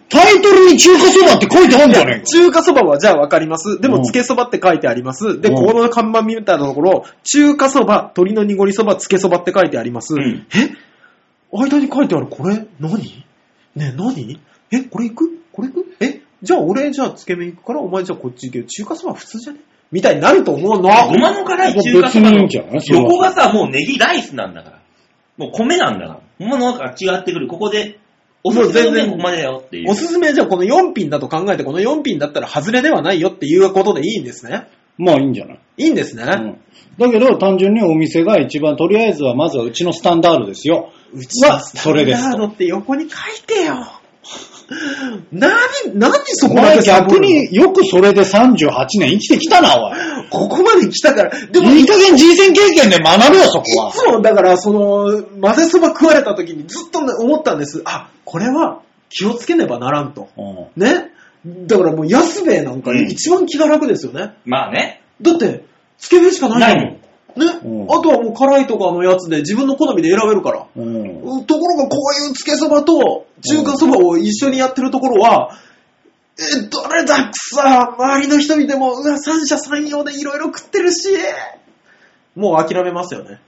D: タイトルに中華 そばって書いてあるんじゃねえ か。
C: 中華そばはじゃあわかります。で
D: うん
C: も、つけそばって書いてあります。で、
D: うん
C: ここの看板見たところ、中華そば、鶏の濁りそば、つけそばって書いてあります。
B: うん
C: え間に書いてある、これ、何ねえ、何え、これ行くこれ行くえ、じゃあ俺、じゃあつけ麺行くから、お前じゃあこっち行けよ。中華そば普通じゃねみたいになると思うの。
B: ごまの辛い中華そば
D: 別にいい
B: の
D: んじゃないそれは
B: 横がさ、もうネギライスなんだから。もう米なんだから。もうなんか違ってくる。ここで、おすすめのね
C: もう全然
B: ここまでだよっていう。
C: おすすめはじゃあこの4品だと考えて、この4品だったら外れではないよっていうことでいいんですね。
D: まあいいんじゃない、
C: いいんですね。
D: うん、だけど単純にお店が一番、とりあえずはまずはうちのスタンダードですよ。
C: うちのスタ
D: それ
C: ン
D: で
C: ダ
D: す
C: ードって横に書いてよ。 なに、なにそ
D: お
C: こま
D: 前
C: でサボ
D: 逆
C: るの
D: によくそれで38年生きてきたな、お
C: ここまで来たから、でも
D: い。い
C: い
D: い加減人生経験で学べよ、そこは。
C: つもだから、その、混ぜそば食われた時にずっとね思ったんです。あ、これは気をつけねばならんと。
D: うん
C: ね。だからもう安兵衛なんか
B: うん
C: 一番気が楽ですよね。
B: まあね。
C: だって、つけ麺しかない
B: ないもん。
C: ね、
D: うん
C: あとはもう辛いとかのやつで自分の好みで選べるから。
D: うん
C: ところがこういうつけそばと中華そばを一緒にやってるところは、え、どれだくさ、周りの人見ても、うわ、三者三様でいろいろ食ってるし、もう諦めますよね。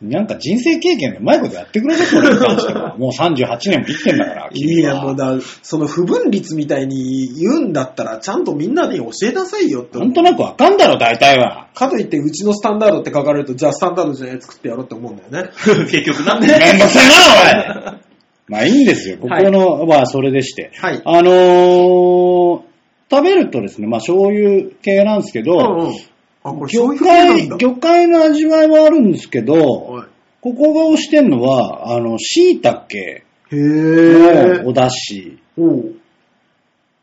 D: なんか人生経験でうまいことやってくれたそれに関して は。もう38年も生きてんだから、
C: い
D: 君は
C: や、もうだ、その不分率みたいに言うんだったら、ちゃんとみんなに教えなさいよって
D: な
C: 思
D: ん
C: う。
D: となくわかんだろ、大体は。
C: かといって、うちのスタンダードって書かれると、じゃあスタンダードじゃないやつ食ってやろうって思うんだよね。
B: 結局なん で。
D: めんどくせえ な、おいまあいいんですよ。ここの、まあそれでして。
C: はい
D: あのー、食べるとですね、まあ醤油系なんですけど、
C: うんうん。あ、これ
D: 魚
C: 醤油系
D: 介
C: なんだ。
D: 魚介の味わいはあるんですけど、
C: はい
D: ここが推してんのは、あの、椎茸
C: へ
D: の
C: ぇ
D: お出汁
C: おう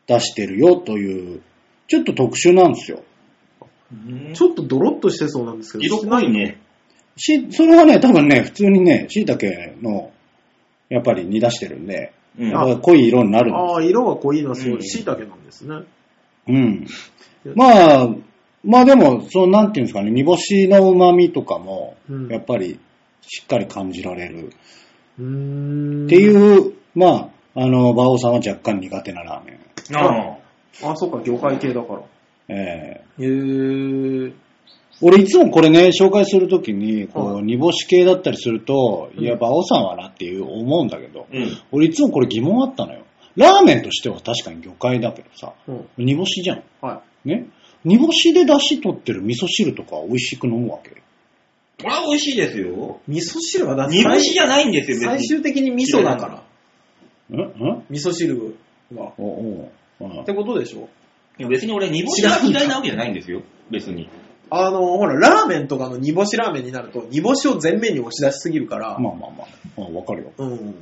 D: 出してるよという、ちょっと特殊なんですよ。
C: ちょっとドロッとしてそうなんですけど。
B: 色っぽいね。
D: し、それはね、多分ね、普通にね、椎茸の、やっぱり煮出してるんで、
B: うん。
D: やっぱり濃い色になるんです
C: ああ、色が濃いのはすご
B: うん
C: い。椎茸なんですね。
D: うん。まあ、まあでも、その、なんていうんですかね、煮干しの旨味とかも
C: うん、
D: やっぱり、しっかり感じられる。
C: うーん。。
D: っていうう、まあ、あの、馬王さんは若干苦手なラーメン。
B: あ
C: あ、そっか、魚介系だから。
D: ええ
C: へぇ
D: 俺いつもこれね、紹介するときに、こ
C: は
D: う、煮干し系だったりすると、
C: うん
D: いや、馬王さんはなっていう思うんだけど、
B: うん。
D: 俺いつもこれ疑問あったのよ。ラーメンとしては確かに魚介だけどさ、
C: うん。
D: 煮干しじゃん。
C: は
D: ね煮干しで出汁取ってる味噌汁とか美味しく飲むわけ。
B: これは美味しいですよ。
C: い。味噌汁はだって
B: 煮干しじゃないんですよ、
C: 最
B: 別に。
C: 終的に味噌だから。
D: んん
C: 味噌汁は。
D: おおううん
C: ってことでしょ
B: いや別に俺、煮干しが嫌いなわけじゃないんですよ。別に。
C: あの、ほら、ラーメンとかの煮干しラーメンになると、煮干しを全面に押し出しすぎるから、
D: まあまあまあ。まあわかるよ。
C: うん。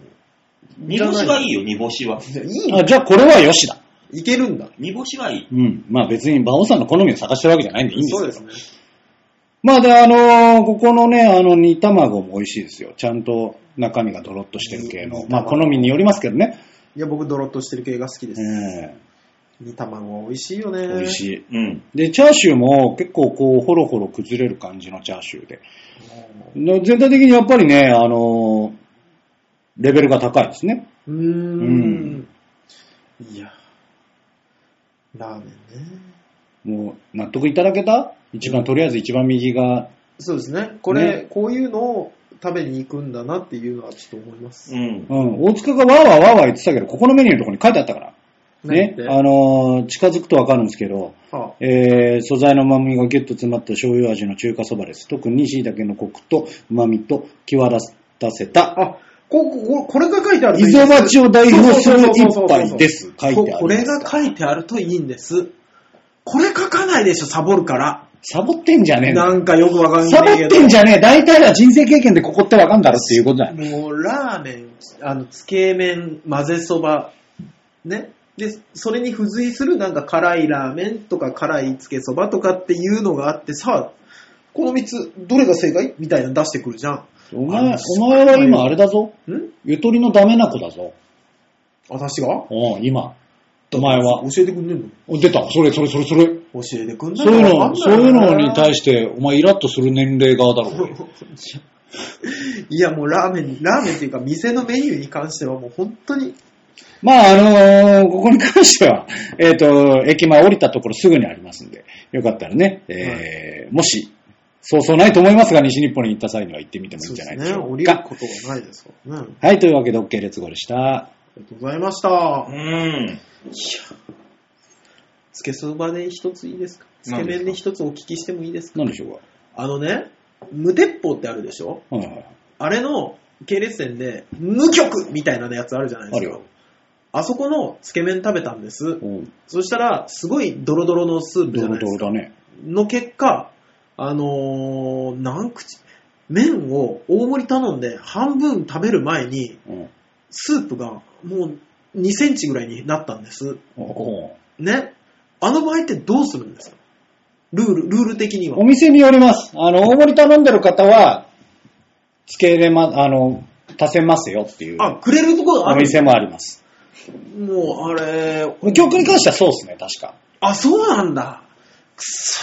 B: 煮干しはいいよ、煮干しは。
C: いやいいね
D: あじゃあこれはよしだ。
C: いけるんだ。
B: 煮干しはいい。
D: うん。まあ別に馬王さんの好みを探してるわけじゃないんでいいんですよ。
C: そうですね。
D: まあで、あのーここのね、あの、煮卵も美味しいですよ。ちゃんと中身がドロッとしてる系
C: 煮
D: の。
C: 卵
D: まあ好みによりますけどね。
C: いや、僕、ドロッとしてる系が好きです。
D: え
C: 煮卵美味しいよね。
D: え美味しい。
B: うん。
D: で、チャーシューも結構こう、ほろほろ崩れる感じのチャーシューで。で全体的にやっぱりね、あのーレベルが高いですね。
C: うーん。いや、ラーメンね。
D: もう、納得いただけた一番、とりあえず一番右が、
C: そうですね。これ、
D: ね
C: こういうのを食べに行くんだなっていうのはちょっと思います。
B: うん。
D: うん、大塚がわーわーわーわー言ってたけど、ここのメニューのところに書いてあったから。ね
C: なん、で
D: あのー近づくとわかるんですけど、
C: はあ
D: えー素材の旨味がギュッと詰まった醤油味の中華そばです。特に椎茸のコクと旨味と際立たせた、
C: あ、こ、こ、これが書いてあるといい
D: 伊
C: です
D: 豆町を代表する
C: そ
D: 一
C: うそうそうそうそ
D: 杯
C: う
D: です。書いてあ
C: ここれ
D: る。
C: が書いてあるといいんです。これ書かないでしょ、サボるから。
D: サボってんじゃねえ
C: なんかよくわかん
D: サボ
C: ないけ
D: っ
C: ど。
D: てんじゃねえ。大体は人生経験でここってわかんだろっていうことだよ。
C: もう、ラーメン、あの、つけ麺、混ぜそば、ね。で、それに付随するなんか辛いラーメンとか辛いつけそばとかっていうのがあってさ、この3つ、どれが正解みたいなの出してくるじゃ
D: お前、お前は今あれだぞ。
C: ん。ん
D: ゆとりのダメな子だぞ。
C: 私が
D: おう今。お前は。
C: 教えてくんねえの
D: お出た。それ、それ、それ、それ。
C: 教えてくんない
D: そういうの、そういうのに対
C: し
D: して、お前イラッとする年齢側だろう
C: て。
D: よ。
C: いや、もうラーメン、ラーメンっていうか、店のメニューに関してはもう本当に、
D: まあ、あのーここに関しては、えっ、と、駅前降りたところすぐにありますんで、よかったらね、えーもし、そうそうないと思いますが、西日本に行った際には行ってみてもいい
C: そう
D: んじ
C: で
D: ゃ
C: す
D: ないでし
C: ね、
D: ょ
C: 降
D: う
C: り
D: か。
C: ることがないですからね。
D: はい、というわけで OK 列号でした。
C: ありがとうございました
B: う。ん。
C: つけそばで一ついいですかつけ
B: 何です
C: 麺
B: か
C: で一つお聞きしてもいいですか
D: 何でしょう
C: あのね、無鉄砲ってあるでしょ
D: か。はいはいはい。
C: あれの系列店で、無曲みたいなやつあるじゃないです
D: ある
C: か
D: よ。
C: あそこのつけ麺食べたんです。
D: おう
C: そしたら、すごいドロドロのスープじ
D: ド
C: ゃな
D: ロ
C: いで
D: ド
C: す
D: ロ
C: か。
D: だね。
C: の結果、あのー、何口、麺を大盛り頼んで半分食べる前に、
D: うん。
C: スープがもう2センチぐらいになったんです。
D: おう
C: ね。あの場合ってどうするんですかルール、ルール的には
D: お。店によります。あの、大盛り頼んでる方は、つけれま、あの、足せますよっていう
C: あ、くれるところ
D: お
C: ある
D: 店もあります。
C: もう、あれ、
D: 曲に関してはそうですね、確か。
C: あ、そうなんだ。くそ。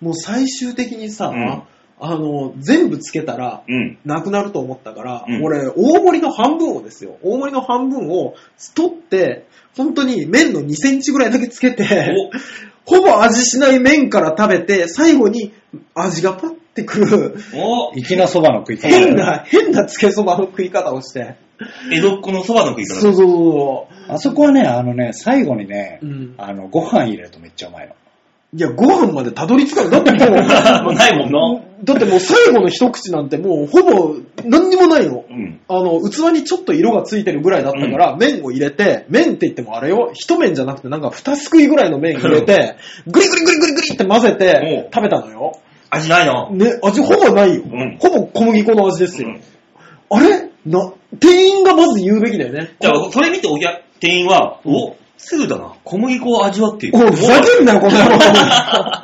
C: もう最終的にさ、
B: うん
C: あの、全部つけたら、
B: うん。
C: なくなると思ったから、
B: うん
C: 俺、大盛りの半分をですよ。大盛りの半分を取って、本当に麺の2センチぐらいだけつけて、ほぼ味しない麺から食べて、最後に味がパッてくる、
B: お
D: 粋なそばの食い方。
C: 変な、変なつけそばの食い方をして。
B: 江戸っ子のそばの食い方
C: そうそうそ
D: あそこはね、あのね、最後にね、
C: う。うん。
D: あの、ご飯入れるとめっちゃうまいの。いや、
C: ご飯までたどり着かない。だってもう、
B: もうないもんな。
C: だってもう最後の一口なんてもうほぼ何にもないの。
B: うん。
C: あの、器にちょっと色がついてるぐらいだったから、麺を入れて、麺って言ってもあれよ、一麺じゃなくてなんか二すくいぐらいの麺入れて、グリグリグリグリグリって混ぜて
B: おう
C: 食べたのよ。
B: 味ないな。
C: ね、味ほぼないよ。
B: うん
C: ほぼ小麦粉の味ですよ。
B: うん
C: あれな、店員がまず言うべきだよね。
B: じゃあ、それ見てお客、店員は、お、すぐだな。小麦粉を味わっている。
C: おい、ふざけんなよ、この野郎。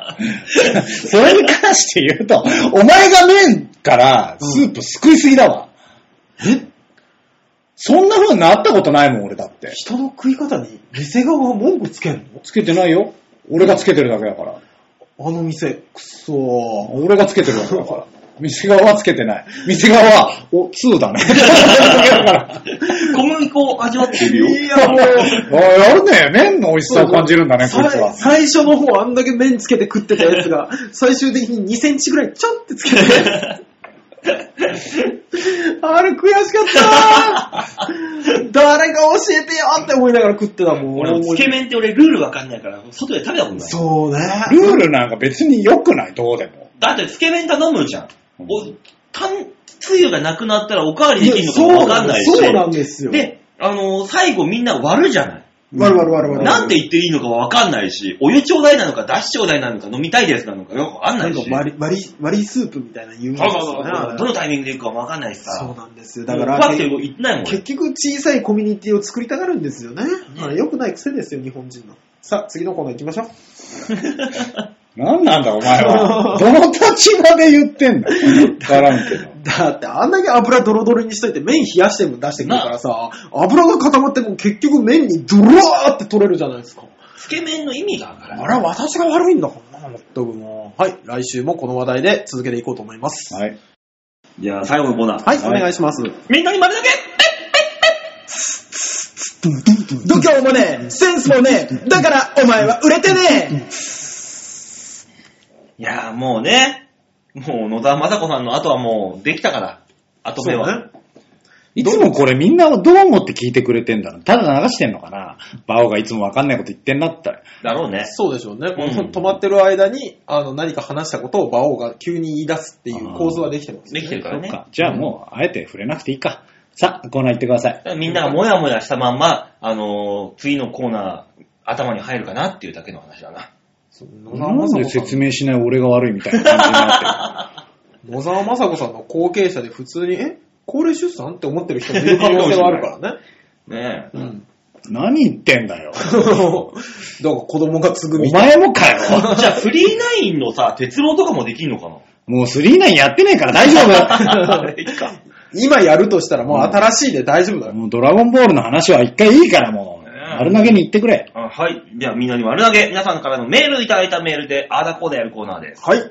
D: それに関して言うと、お前が麺からスープすくいすぎだわ。
C: え
D: そんな風になったことないもん、俺だって。
C: 人の食い方に店側が文句つけんの
D: つけてないよ。俺がつけてるだけだから。
C: あの店、くそー。
D: 俺がつけてるだけ だから。店側はつけてない。店側は、お、2 だね。 だから
B: 小麦粉を味わっているよ。
C: いや、もう。
D: あやるね。麺の美味しさを感じるんだね、こいつは
C: 最。最初の方あんだけ麺つけて食ってたや つが、最終的に2センチぐらいちょってつけて。あれ悔しかった誰か教えてよって思いながら食ってたもん。
B: 俺もつけ麺って俺ルールわかんないから、外で食べたことない。
C: そうね。
D: ルールなんか別に良くない、どうでも。
B: だってつけ麺頼むじゃん。お、たん、つゆがなくなったらおかわり
C: い
B: で
C: や
B: きるのか
C: そう
B: わかんないし。
C: そうなんですよ。
B: で、あのー最後みんな割るじゃない。
E: わるわるわるわる。
B: なんて言っていいのかわかんないし、お湯ちょうだいなのか、だしちょうだいなのか、飲みたいですなのか、よくわかんな
C: なん
B: い
C: か
B: し。
C: 割り、割り、割りスープみたいな有名
B: そう
C: です
B: そう
C: よね
B: そう。どのタイミングで行くかわかんないし
C: そ
B: さ
C: う。なんですよ。だ
B: だ
C: か
B: から。
C: ら
B: パッ、て言ってないもん。
C: 結局小さいコミュニティを作りたがるんですよね。よくない癖ですよ、日本人の。さあ、次のコーナー行きましょう。
D: なんなんだお前は。どの立場で言ってんだわからんけど。
C: だってあんだけ油ドロドロにしといて麺冷やしても出してくるからさ、油が固まっても結局麺にドローって取れるじゃないですか。
B: つけ麺の意味がわから
C: あ
B: ない。
C: ら、私が悪いんだからな、まったくもう。はい、来週もこの話題で続けていこうと思います。はい、
D: はい。
B: じゃあ、最後のコーナー。
C: お願いします。
B: みんなに丸投げ
C: 度胸もねえ、センスもねえ、だからお前は売れてね
B: いやーもうね、もう野田雅子さんの後はもうできたから、後目は。
D: いつもこれみんなどう思って聞いてくれてんだろう。ただ流してんのかなバオがいつもわかんないこと言ってんなった
B: だろうね。
C: そうでしょうね。この
B: うん
C: 止まってる間に、あの、何か話したことを馬王が急に言い出すっていう構図はできてます、ね。
B: できてるからね。
D: か。じゃあもう、あえて触れなくていいか。さあ、コーナー行ってください。
B: みんながもやもやしたまんま、あのー次のコーナー、頭に入るかなっていうだけの話だな。
C: その
D: なんで説明しない俺が悪いみたいな感じになって
C: 野沢雅子さんの後継者で普通に、え高齢出産って思ってる人もいる可能性はあるからね。
B: ねえ。
C: うん。
D: る。何言ってんだよ。
C: だから子供が継ぐみ
D: お
C: たい
D: 前もかよ。
B: じゃあ、フリーナインのさ、鉄郎とかもできんのか
D: もう39やってねえから大丈夫。
B: ないいか。ね
C: 今やるとしたらもう新しいで大丈夫だよ。
D: もうドラゴンボールの話は一回いいからもう、
B: ねえ
D: 丸投げに行ってくれ。
B: あはい。じゃあ、みんなに丸投げ。皆さんからのメールいただいたメールで、あーだこーだやるコーナーです。
C: はい。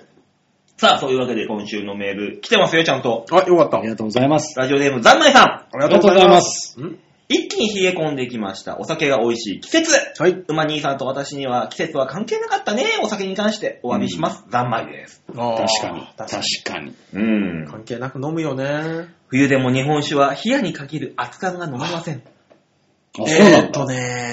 B: さあ、そういうわけで今週のメール、来てますよ、ちゃんと。
C: あ、よかった。
D: ありがとうございます。
B: ラジオネーム、ざんまいさん。
C: あ
D: りがとうございます
C: りがとうございます。
B: 一気に冷え込んできました。お酒が美味しい季節。
C: んはい。
B: 馬兄さんと私には季節は関係なかったね。お酒に関してお詫びします。ざんまいです。
C: あ
D: 確
C: ー
D: かに。
C: 確
D: 確
C: かに。
D: かに。
B: うん
C: 関係なく飲むよね。
B: 冬でも日本酒は冷やに限る熱燗が飲めません。
D: あ、そうな
C: えーっ
D: んだ。
C: と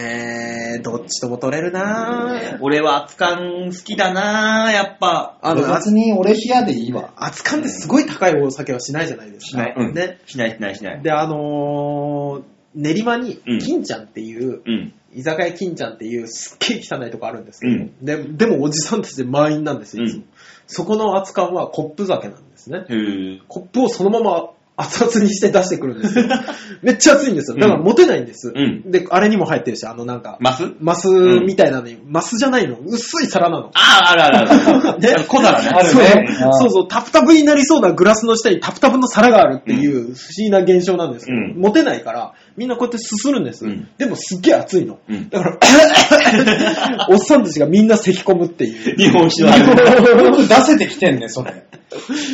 C: ねどっちとも取れるな
B: 俺は熱燗好きだなぁ、やっぱ。
C: あの、熱
D: に俺冷やでい いわ。
C: 熱燗ってすごい高いお酒はしないじゃないですか。
B: うん。
C: ね。
B: しないしないしない。
C: で、あのー、練馬に
B: うん、
C: 金ちゃんっていう、
B: うん。
C: 居酒屋金ちゃんっていうすっげえ汚いとこあるんですけ
B: う
C: ど、
B: ん。
C: ででもおじさんたちで満員なんですよ、いつも
B: うん
C: そこの熱燗はコップ酒なんですね。
B: へぇ
C: コップをそのまま熱々にして出してくるんで すよ。めっちゃ熱いんですよ。だから持てないんです。
B: うん
C: で、あれにも入ってるし、あのなんか、
B: マス
C: マスみたいなのに、マスじゃないの、薄い皿なの。
B: ああ、あるあるある。
C: ね
B: 小皿 ね。
D: あるね
C: そうそうそう、タプタプになりそうなグラスの下にタプタプの皿があるっていう不思議な現象なんですけど、
B: うん
C: 持てないから、みんなこうやってすするんです。
B: うん
C: でもすっげえ熱いの。
B: うん
C: だから、おっさんたちがみんな咳込むっていう。
B: 日本酒はある。
D: よく出せてきてんね、それ。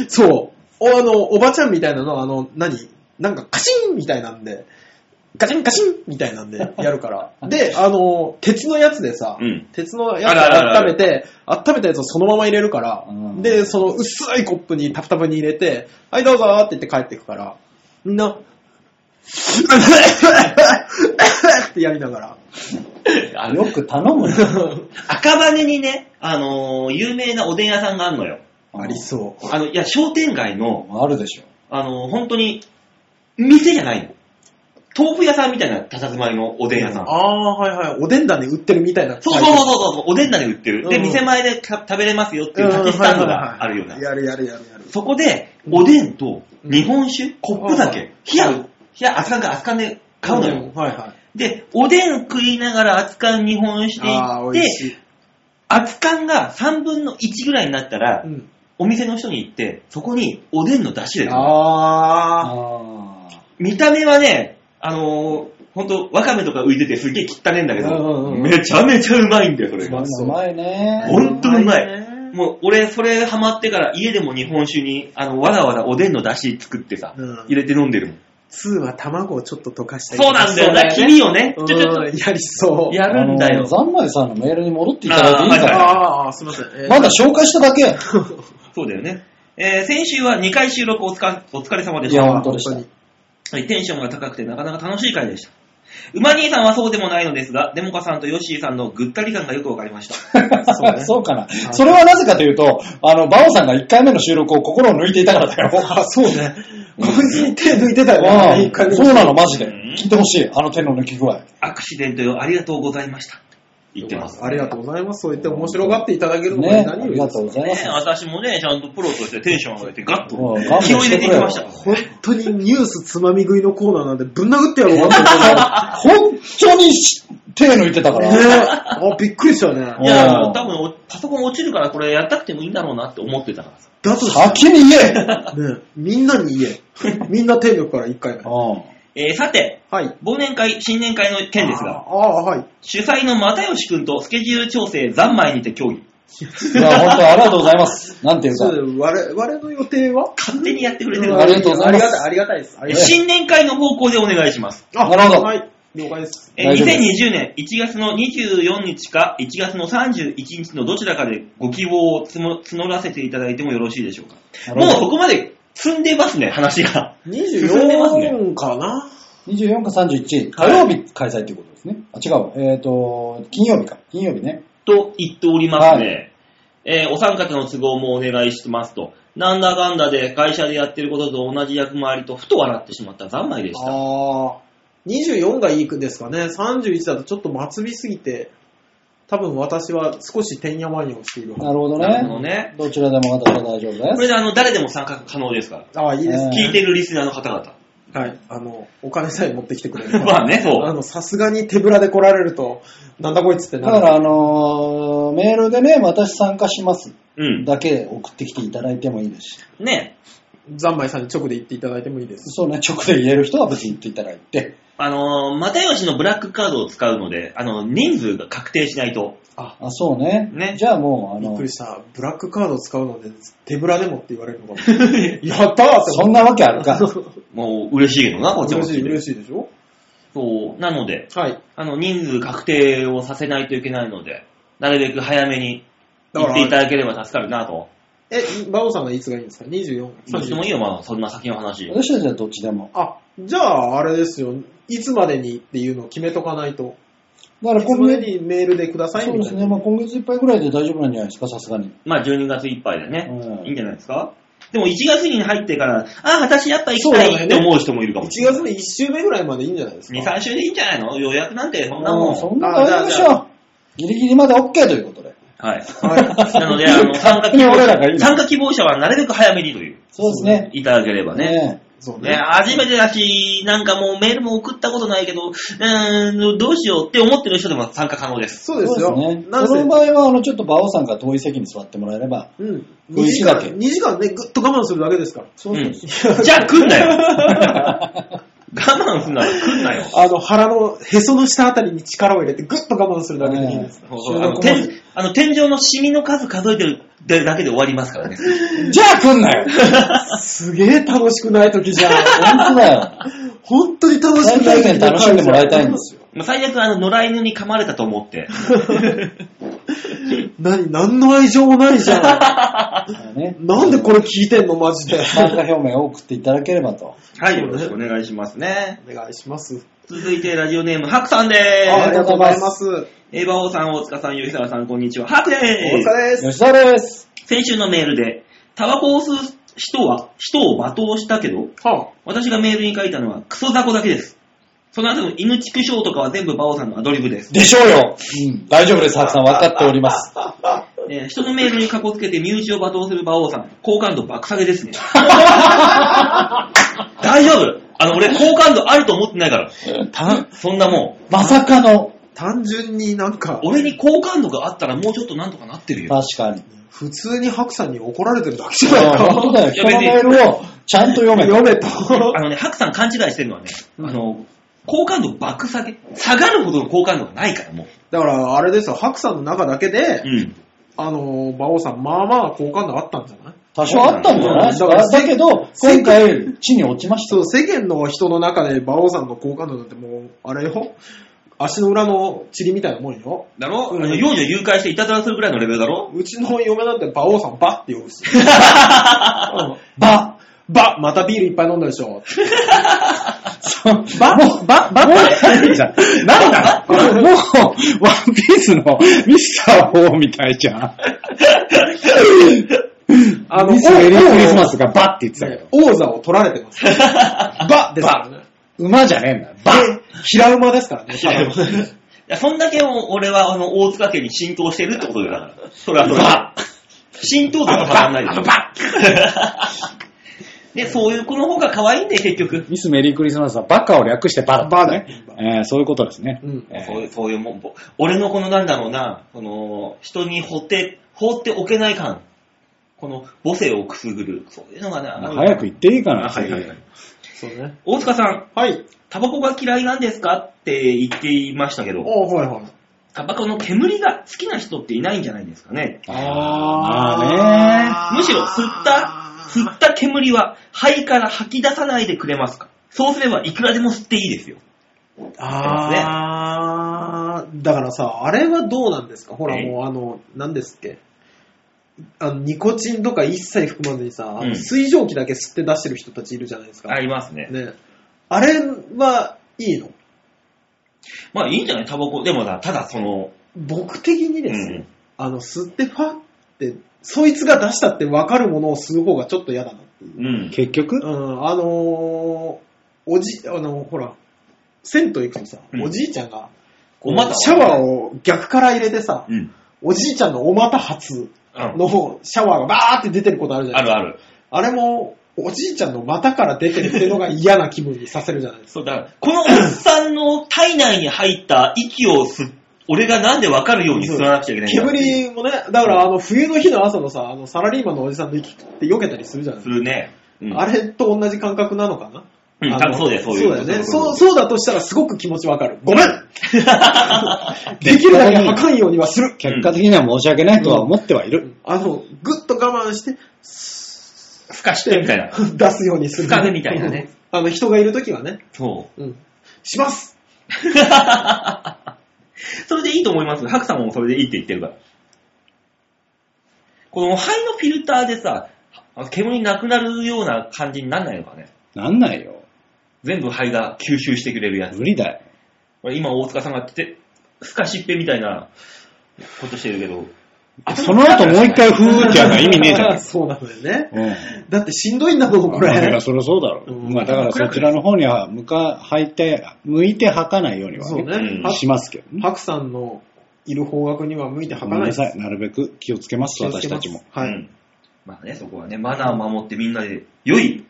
C: そう。お、あの、おばちゃんみたいなのは、あの、何なんかカシンみたいなんで、ガチンカシンみたいなんでやるから。で、あの、鉄のやつでさ、
B: うん
C: 鉄のやつ
B: あるあるあ
C: 温
B: る
C: めて、温めたやつをそのまま入れるから、
D: うん
C: で、その薄いコップにタプタプに入れて、はいどうぞーって言って帰ってくから、みんな、 ってやりながら。
B: ある
D: よく頼むな。
B: 赤羽にね、あのー有名なおでん屋さんがあるのよ。
C: ありそう。
B: あの、いや、商店街の、
D: あるでしょ。
B: あのー本当に、店じゃないの。豆腐屋さんみたいな佇まいのおでん屋さん。
C: あー、はいはい。おでん種売ってるみたいな。
B: そうそうそうそうそう、おでんだね売ってる。で、
C: うん
B: 店前でか食べれますよって
C: う
B: い
C: ん
B: う
C: はいはいはい
B: 竹スタンドがあるような。
C: やるやるやるやる。
B: そこで、おでんと日本酒、コップ
C: うん
B: 酒、冷や、冷や、熱燗か熱燗で買うのよ。
C: はいはい。
B: で、おでん食いながら熱燗日本酒で
C: あ
B: 行
C: ー
B: っ
C: 美
B: て
C: 味、しい。
B: 熱燗が3分の1ぐらいになったら、
C: うん
B: お店の人に行って、そこにおでんの出汁で。
C: あ
D: ああ。
B: 見た目はね、あのー、ほんと、わかめとか浮いててすげえ汚ねえんだけ
C: うんうん
B: ど、
C: うん
B: めちゃめちゃうまいんだよ、それ
C: うま
B: が。
C: そう
D: うまいね。
B: ほんとうまい。
C: ね
B: もう俺、それハマってから家でも日本酒に、あの、わざわざおでんの出汁作ってさ、
C: うん
B: 入れて飲んでるもん。
C: 2は卵をちょっと溶かしたり
B: そうなんだよ
C: そう
B: な、
C: ね
B: 黄身をね、
C: う
B: ちょちょっ
C: んやりそう。
B: と、やるんだ
D: あ
B: よ
D: の。ざんまいさんのメールに戻っていただいていいか
B: あ
D: な。
C: ああ、すいません。えー
D: まだ紹介しただけ。
B: そうだよね。えー先週は2回収録おつかお疲れ様でし
D: いや
B: た。
D: 本当でした
C: 本
B: はいテンションが高くてなかなか楽しい回でした。馬兄さんはそうでもないのですが、デモカさんとヨッシーさんのぐったり感がよくわかりました。
A: そうね
D: そうかな。それはなぜかというと、あの、バオさんが1回目の収録を心を抜いていたからだよ。
A: あ、そうね。
C: こいつに手抜いてたよ
D: ああ
C: ね。いい感じ
D: そうなの、マジで
B: うん。
D: 聞いてほしい。あの手の抜き具合。
B: アクシデントよ、ありがとうございました。言ってます。
C: ありがとうございます。そう言って面白がっていただけるの
D: ね
C: に
D: あ
C: 何よ
D: り
C: り
D: が
C: です
D: とうござい
B: ね
D: ます。
B: 私もね、ちゃんとプロとしてテンション上げてガッと
D: うん勘弁
B: 気を入れていきました。
C: 本当にニュースつまみ食いのコーナーなんでぶん殴ってやろうかと思っ
D: 本当にし手抜いてたか
C: て。
D: ら。
C: ねあ、びっくりしたね。
B: いや、
D: うん
B: 多分おパソコン落ちるからこれやったくてもいいんだろうなって思ってたからさ。
C: だとした
D: 先に言え
C: らね、みんなに言え。みんな手抜くから一回目。
D: うん
B: えーさて、
C: はい。
B: 忘年会、新年会の件ですが、
C: ああ、はい。
B: 主催の又吉君とスケジュール調整三昧にて協議。
D: いや、本当にありがとうございます。なんていう
C: そ
D: か。
C: う、我我の予定は
B: 勝手にやってくれてる
D: んありがとうございます
C: ありがたい、ありがたいです。ありがたい
B: 新年会の方向でお願いします。
C: あ
D: なるほど
C: はい。了解です。
B: えー
D: 大丈夫です
B: 2020年1月の24日か1月の31日のどちらかでご希望をつも募らせていただいてもよろしいでしょうか。
D: な
B: も
D: る
B: う
D: ほど
B: そこまで積んでますね、話が。 進んでますね
C: 24かな
D: 24か31、火曜日開催ということですね。あ、違うわ。えっ、と、金曜日か。金曜日ね。
B: と言っておりますね。えーお三方の都合もお願いしますと。なんだかんだで会社でやってることと同じ役回りとふと笑ってしまった三昧でした。
C: ああ、24がいい句ですかね。31だとちょっと末尾すぎて、多分私は少してんやわんやをしている。
D: なるほど
B: なるほど
D: ね。
B: ね。
D: どちらでも私は大丈夫で
B: こ
D: す。
B: れであの、誰でも参加可能ですから。
C: ああ、いいです
D: うん
C: ね。
B: 聞いてるリスナーの方々。
C: はい。あの、お金さえ持ってきてくれれば。
B: まあね、そう。
C: あの、さすがに手ぶらで来られると、なんだこいつって
D: だ
C: なる。
D: から、あのーメールでね、私参加します
B: うん。
D: だけ送ってきていただいてもいいですし、
B: ね。
C: ざんまいさんに直で言っていただいてもいいです。
D: そうね、直で言える人は別に言っていただいて、
B: あのー、又吉のブラックカードを使うので、あの、人数が確定しないと。
D: あ、そうね。
B: ね
D: じゃあもう、あ
C: びっ
D: の
C: く、りした。ブラックカード使うので、手ぶらでもって言われるのかも。やったーって
D: そんなわけあるか。
B: もう、嬉しいけどな、こっ ちも
C: 嬉しい、
B: で
C: 嬉しいでしょ
B: そう。なので、
C: はい。
B: あの、人数確定をさせないといけないので、なるべく早めに
C: だ
B: 言っ
C: から
B: ていただければ助かるなと。
C: え、バオさんがいつがいいんですか ?24?
B: どっちでもいいよ、まあ、そんな先の話。
D: 私たちはどっちでも。
C: あ、じゃあ、あれですよ。いつまでにっていうのを決めとかないと。
D: だから
C: いつ
D: 今
C: まで
D: 月、
C: にメールでください
D: そう
C: み
D: で
C: た
D: す
C: い
D: ね、
C: な。
D: まあ、今月いっぱいぐらいで大丈夫なんじゃないですか、さすがに。
B: まあ、12月いっぱいでね、
D: うん
B: いいんじゃないですかでも、1月に入ってから、あ、私やっぱ行き
C: そう
B: た
C: だよね
B: いって思う人もいるか
C: 1
B: もしれない。
C: 月の1週目ぐらいまでいいんじゃないですか。
B: 2、3週でいいんじゃないの予約なんてそんなも。
D: もうんそんな大丈夫でしょう。ギリギリまで OK ということで。
B: はい。
C: は
B: なので、あの、参加希
D: に俺らがい
B: 望
D: いの
B: 参加希望者はなるべく早めにという、
D: そうですね。
B: いただければね。
D: ね
C: い。そう
B: ね、
C: ね。
B: 初めてだし、なんかもうメールも送ったことないけど、うーん、どうしようって思ってる人でも参加可能です。
C: そうですよ。
D: ね。
C: なん
D: その
C: せ、
D: 場合は、あの、ちょっと馬王さんが遠い席に座ってもらえれば。
C: うん。
D: 美
C: 2
D: 味しい
C: 時
D: だ
C: 間、
D: け
C: 2時間ね、ぐっと我慢するだけですから。
D: そうそう そう
B: じゃあ来んなよ我慢すんなら来んなよ。
C: あの、腹の、へその下あたりに力を入れて、ぐっと我慢するだけでいいんです。
D: ね
B: あの天あの天井のシミの数数えてるだけで終わります からね。
D: じゃあ来ん なよ
C: すげえ楽しくない時じゃん。
D: 本当だよ。
C: 本当に楽しく
D: 最
C: ない
D: 大
C: 時
D: 限楽しんでもらいたいんですよ。
B: まあ最悪、あの、野良犬に噛まれたと思って。
C: 何、何の愛情もないじゃ ん。
D: ね
C: なんでこれ聞いてんのマジで。
D: 参加表明を送っていただければと。
B: はい、よろしくお願いしますね。
C: お願いします。。
B: 続いて、ラジオネーム、ハクさんで
D: あ
B: ー
D: り
B: す
D: が。とうございます
C: お疲
B: エバオさん、大塚さん、吉沢さん、こんにちは。ハークでーす。
C: れです。
D: 吉田です。
B: 先週のメールで、タバコを吸う人は、人を罵倒したけど、
C: は
B: 私がメールに書いたのはクソ雑魚だけです。その後の犬畜生とかは全部バオさんのアドリブです。
D: でしょうよ。うん、大丈夫です、ハクさん。分かっており ます。
B: えー人のメールにかこつけて身内を罵倒するバオさん、好感度爆下げ ですね。大丈夫あの、俺好感度あると思ってないから。そんなもん。
D: まさかの。
C: 単純になんか、
B: 俺に好感度があったらもうちょっとなんとかなってるよ。
D: 確かに。
C: 普通に白さんに怒られてるだけじゃないか。
D: 本当だよ。人のメールをちゃんと読め。
C: 読めと。
B: あのね、ハクさん勘違いしてるのはね、あの、好感度爆下げ。下がるほどの好感度がないから、もう。
C: だから、あれですよ、白さんの中だけで、
B: うん。
C: あの、馬王さん、まあまあ好感度あったんじゃない
D: 多少あったんじゃない
C: そうだね
D: だけど、今回、地に落ちました
C: そ
D: よ。
C: う、世間の人の中で馬王さんの好感度なんてもう、あれよ、足の裏の塵みたいなもんよ。
B: だろ、
C: うん
B: あの幼女誘拐していたずらするぐらいのレベルだろ
C: うちの嫁なんて馬王さんバって呼ぶし。うん
D: ば、
C: ば、またビールいっぱい飲んだでしょ。
D: ば、ば、ば、ば、じゃん。なんだもう、ワンピースのミスター4みたいじゃん。あの、ミスターエリークリスマスがバって言ってたけど。
C: 王座を取られてます。ばですからね。
D: 馬じゃねえんだ。バ
C: ば平馬ですからね。
B: 平馬
C: ただの
B: いや、そんだけ俺は、あの、大塚家に浸透してるってことだから。それはそれは。浸透度が変わんないでしょ。 で、そういう子の方が可愛いんだよ、結局。
D: ミスメリークリスマスはバカを略してバだったんです
C: バ
D: ね。えーそういうことですね。
C: うん
D: えー
B: そういう、そういうもん、ぼ俺のこのなんだろうな、この、人に放って、放っておけない感。この母性をくすぐる。そういうのがな、あの
D: 早く行っていいかな、
B: あはいはいはい
C: そうね。
B: 大塚さん、
C: はい。
B: タバコが嫌いなんですかって言っていましたけど、
C: おはいはい。
B: タバコの煙が好きな人っていないんじゃないですかね。
D: あ
B: むしろ吸った、吸った煙は肺から吐き出さないでくれますかそうすればいくらでも吸っていいですよ。
C: あー、だからさ、あれはどうなんですかほら
B: え
C: もう、あの、何ですっけあの、ニコチンとか一切含まずにさ、あ
B: う
C: の
B: ん
C: 水蒸気だけ吸って出してる人たちいるじゃないですか。
B: ありますね。
C: ね。あれは、いいの
B: まあいいんじゃないタバコ。でもさ、ただその、
C: 僕的に
B: う
C: ですよ、
B: ん
C: あの、吸ってファって、そいつが出したって分かるものを吸う方がちょっと嫌だなっていう。
B: うん
D: ね。。結局
C: うん、あのー、おじ、あの、ほら、銭湯行くとさ、
B: うん
C: おじいちゃんが、
B: お股を
C: シャワーを逆から入れてさ、
B: うん。
C: おじいちゃんのお股発の方、シャワーがバーって出てることあるじゃな
B: あ
C: いです
B: る
C: か。
B: ある。
C: あれも、おじいちゃんの股から出てるっていうのが嫌な気分にさせるじゃない ですか。
B: そうだから、このおっさんの体内に入った息を吸っ、俺がなんでわかるように吸わなくちゃいけないんだ
C: 煙もね、だからあの冬の日の朝のさ、あのサラリーマンのおじさんの息って避けたりするじゃない
B: す
C: ですか。
B: るね。うん。
C: あれと同じ感覚なのかな、
B: うん
C: あの
B: 多分そうだよそういう
C: そうだよ
B: そうい
C: ね。
B: う
C: そ
B: こ
C: う、
B: と
C: そうだとしたらすごく気持ちわかる。ごめんできるだけ吐かんようにはする。
D: 結果的には申し訳ないとは思ってはいる。
C: あの、ぐっと我慢して、
B: ふかしてみたいな。
C: 出すようにする。
B: 深めみたいなね。
C: あの、人がいるときはね。
B: そ
C: うん。します
B: う。 それでいいと思います。ハクさんもそれでいいって言ってるから。この肺のフィルターでさ、あ煙なくなるような感じになんないのかね。
D: なんないよ。
B: 全部肺が吸収してくれるやつ。
D: 無理だよ。
B: 俺今大塚さんが来て、ふかしっぺみたいなことしてるけど。
D: その後もう一回ふーってやるのは意味ねえじゃ ん。
C: そうなのよね。
D: うん
C: だってしんどいんだもん、こ
D: まあいや
C: れ。
D: そりゃそうだろう。
C: うん
D: まあだからそちらの方には向か、履いて、向いて履かないようには
C: そう
D: ね、
C: ね。
B: うん
C: は
D: しますけどね。
C: 白さんのいる方角には向いて
D: ご
C: 吐
D: め
C: か
D: ん
C: ない
D: な
C: です
D: さい。なるべく気をつけます、私たちも。。
C: は
B: う
C: い。
B: んまあね、そこはね、マナーを守ってみんなで、良い、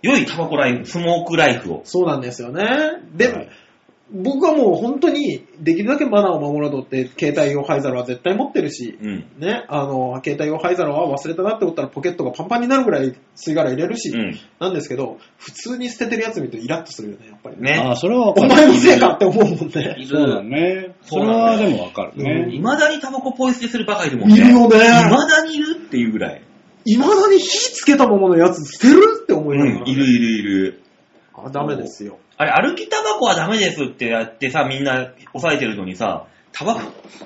B: 良いタバコライフ、スモークライフを。
C: そうなんですよね。で、
D: はい
C: 僕はもう本当に、できるだけマナーを守ろうとって、携帯用灰皿は絶対持ってるし、
B: うん。
C: ね、あの、携帯用灰皿は忘れたなって思ったらポケットがパンパンになるぐらい吸い殻入れるし、
B: うん。
C: なんですけど、普通に捨ててるやつ見るとイラッとするよね、やっ ぱりね。
D: あ
B: ね。
D: あ、それはわ
C: お
D: か
C: 前
D: る。
C: のせいかって思うもんね。
B: い
D: そうだ
B: る。
D: ね。そ
B: そう
D: れ
B: な
D: は
B: んだ
D: で
B: よ
D: もわかるね。
B: いまだにタバコポイ捨てするばかりでもん
C: いるよね。
B: 未だにいるっていうぐらい。
C: いまだに火つけたままのやつ捨てるって思いながら、
B: いるいるいる。
C: あ、ダメですよ。
B: あれ、歩きタバコはダメですってやってさ、みんな抑えてるのにさ、タバコ、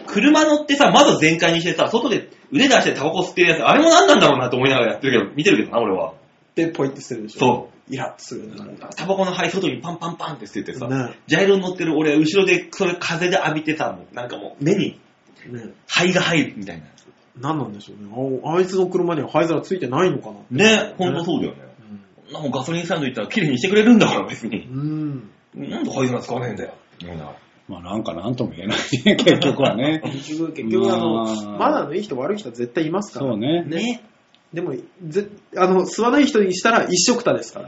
B: 車乗ってさ、窓全開にしてさ、外で腕出してタバコ吸ってるやつ、あれも何なんだろうなと思いながらやってるけど、見てるけどな、俺は。
C: で、ポイって捨てるでしょ。。
B: そう
C: イラッとするよね。
B: う。タバコの灰外にパンパンパンって捨ててさ、
C: ね
B: ジャイロに乗ってる俺、後ろで、それ風で浴びてたもうなんかもう、目に
C: ね
B: 灰が入るみたいな。
C: 何なんでしょうね。ああいつの車には灰皿ついてないのかな。
B: ね、ほんとそうだよね。こんなもんガソリンスタンド行ったら綺麗にしてくれるんだから、別
C: う
B: に。
C: ん。
B: なんで灰皿使わねえんだよ。う
D: まあなんかなんとも言えないね、結局はね。
C: 結局、結局あの、
D: まあ
C: マナーのいい人悪い人は絶対いますから。
D: そうね。
B: ね。
C: でも、ぜあの、吸わない人にしたら一緒くたですか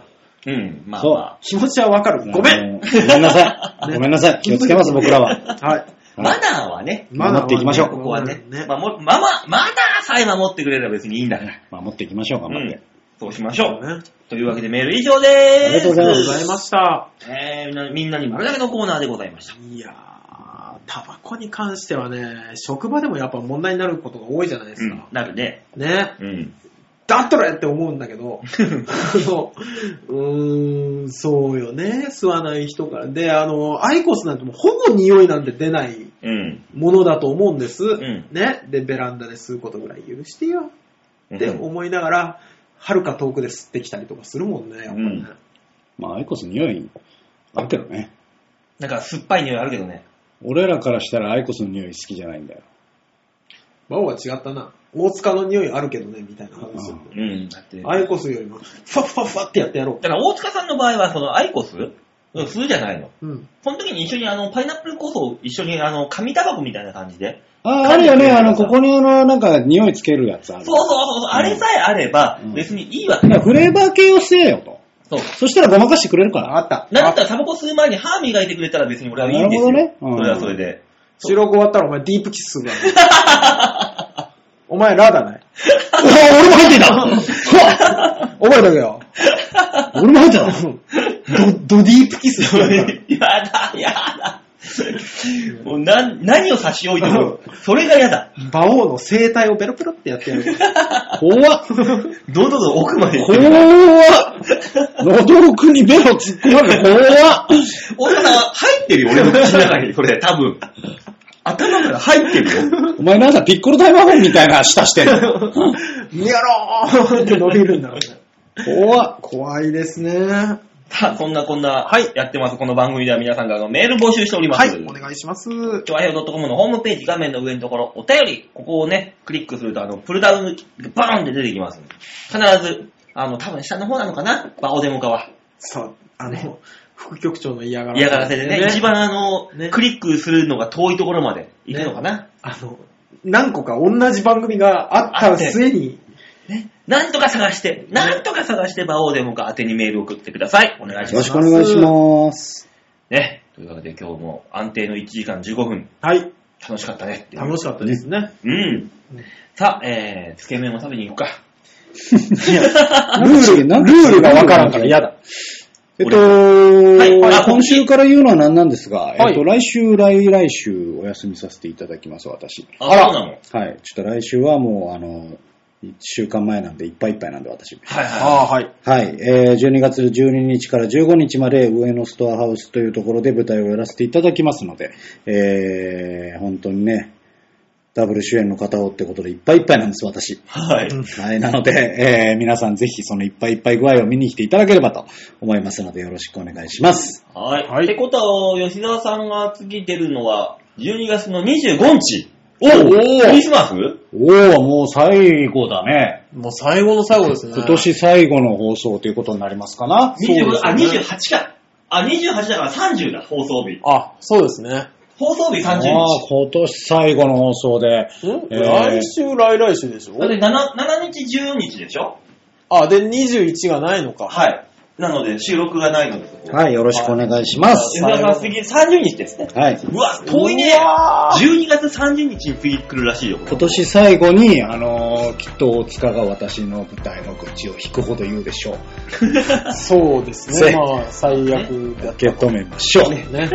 C: ら。
B: ん、まあ
D: そう
B: まあ。
C: 気持ちはわかる。ごめん
D: んごめんなさ い。ごめんなさい。気をつけます、僕ら は。
C: はい。
B: マナーはね、
D: 守っていきましょう
B: ここはね、
C: ね
B: まあ、もまま、マナーさえ守ってくれれば別にいいんだから。
D: 守っていきましょう、頑張って。
B: そうしましょう。
C: ね
B: というわけでメール以上でーす。
D: ありがとうご
C: ありがとう
D: ざ
C: ござ
D: い
C: い
D: ま
C: ました。
B: す。えー、みんなみんなに丸投げのコーナーでございました。
C: いやー、タバコに関してはね、職場でもやっぱ問題になることが多いじゃないです
B: うん
C: か。、
B: なるね。
C: ね。
B: うん。
C: だったらって思うんだけど、あのうーん、そうよね、吸わない人から。で、あの、アイコスなんてもうほぼ匂いなんて出ない
B: うん。
C: ものだと思うんです。
B: ん
C: ね。で、ベランダで吸うことぐらい許してよ
B: うん
C: って思いながら、遥か遠くで吸ってきたりとかするもんね、やっぱね。
B: うん
D: まあ、アイコス匂い、あるけどね。
B: なんか酸っぱい匂いあるけどね。
D: 俺らからしたらアイコスの匂い好きじゃないんだよ。
C: バオは違ったな。大塚の匂いあるけどね、みたいな話する。
B: うん。だって。
C: アイコスよりも、ファッファッファってやってやろ
B: だから大塚さんの場合は、そのアイコスうん、吸うじゃないの。
C: う。うん。
B: この時に一緒にあの、パイナップルこそ一緒にあの、紙タバコみたいな感じで。
D: あ、
B: 噛
D: あ
B: ん
D: る
B: で
D: よね。
B: くれる
D: あ
B: や
D: の、
B: つだ
D: ここにあの、なんか匂いつけるやつ
B: そう
D: ある。
B: そうそう、あれさえあれば
D: うん、
B: 別にいいわけ
D: だからフレーバー系を吸えよと。
B: そう。
D: そしたらごまかしてくれるから。
C: あった。
B: なんだったらタバコ吸う前に歯磨いてくれたら別に俺はいいんですよ。
D: なるほどねうん
B: それはそれで。
C: 収録終わったらお前ディープキスするわ。 お前ラだない。
D: あ俺も入っていたうわ
C: 覚えとけよ。
D: 俺も入ってたド、ドディープキスだよ
B: やだ、やだ。もうな何を差し置いて も、それがやだ。
C: 馬王の生態をペロペロってやって やる。
D: 怖っ
B: どんどんどん奥まで行って
D: 怖っ喉奥にベロ突っ込まれて怖っ
B: 大塚さん入ってるよ、俺の口の中に。それ、多分。頭から入ってるよ。
D: お前なんかピッコロ大魔法みたいな舌してる。
C: にゃろーって伸びるんだろうね。
D: 怖っ
C: 怖いですね。
B: さあ、そんなこんな、やってます。この番組では皆さんからのメール募集しております。
C: はい、お願いします。
B: 調和表 .com のホームページ画面の上のところ、お便り、ここをね、クリックすると、あの、プルダウンがバーンって出てきますんで。必ず、あの、多分下の方なのかなバオデモ化は。
C: そう、あの、副局長の嫌がらせ。
B: 嫌がらせでね、一番あの、
C: ね
B: クリックするのが遠いところまで行くのかな、
C: あの、何個か同じ番組があった末に、
B: なんとか探して、なんとか探して、バオデモ化宛てにメールを送ってください。お願いし
D: よ
B: ま
D: ろ
B: す。
D: しくお願いします。
B: ね。というわけで今日も安定の1時間15分、
C: はい、
B: 楽しかったねっていう
C: 楽しかったですね。
B: うん。さあ、えー、つけ麺を食べに行くか。
D: ルール、ルールがわからんから嫌だ。えっと、
B: い
D: はい
B: あ
D: 今週から言うのは何なんですが、
B: い
D: えっと、来週、来来週お休みさせていただきます、私。
B: あ、そうなの。はい
D: はい。ちょっと来週はもう、あの、1週間前なんで、いっぱいいっぱいなんで、私。
B: は
C: ああ、はい。
D: はい。えー、12月12日から15日まで、上野ストアハウスというところで舞台をやらせていただきますので、えー、本当にね、ダブル主演の方をってことでいっぱいいっぱいなんです、私。
B: い。はい。
D: はい。なので、えー、皆さんぜひそのいっぱいいっぱい具合を見に来ていただければと思いますので、よろしくお願いします。
B: はい。
C: はい
B: ってことは、吉沢さんが次出るのは、12月の25日。お
D: お
B: クリスマス
D: おー、もう最後だね。
C: もう最後の最後ですね。
D: 今年最後の放送ということになりますか
B: 25
D: な。
C: ですね
B: あ、28か。あ、28だから30だ、放送日。
C: あ、そうですね。
B: 放送日30
D: あ
B: 日
D: ー。今年最後の放送で。
C: ん
D: えー
C: 来週、来来週でしょ
B: だって 7, 7日、14日でしょ
C: あ、で、21がないのか。
B: はい。なので、収録がないのです。
D: はい、よろしくお願いします
B: 吉。沢さん次、30日ですね。
D: はい。
B: うわ、遠いね
C: うわー
B: 12月30日に次来るらしいよ。
D: 今年最後に、あのーきっと大塚が私の舞台の口を引くほど言うでしょう。
C: そうです
D: せ
C: ね。まあ、最悪だっ
D: 受け止めましょ
C: た
D: う。
C: ね。ね。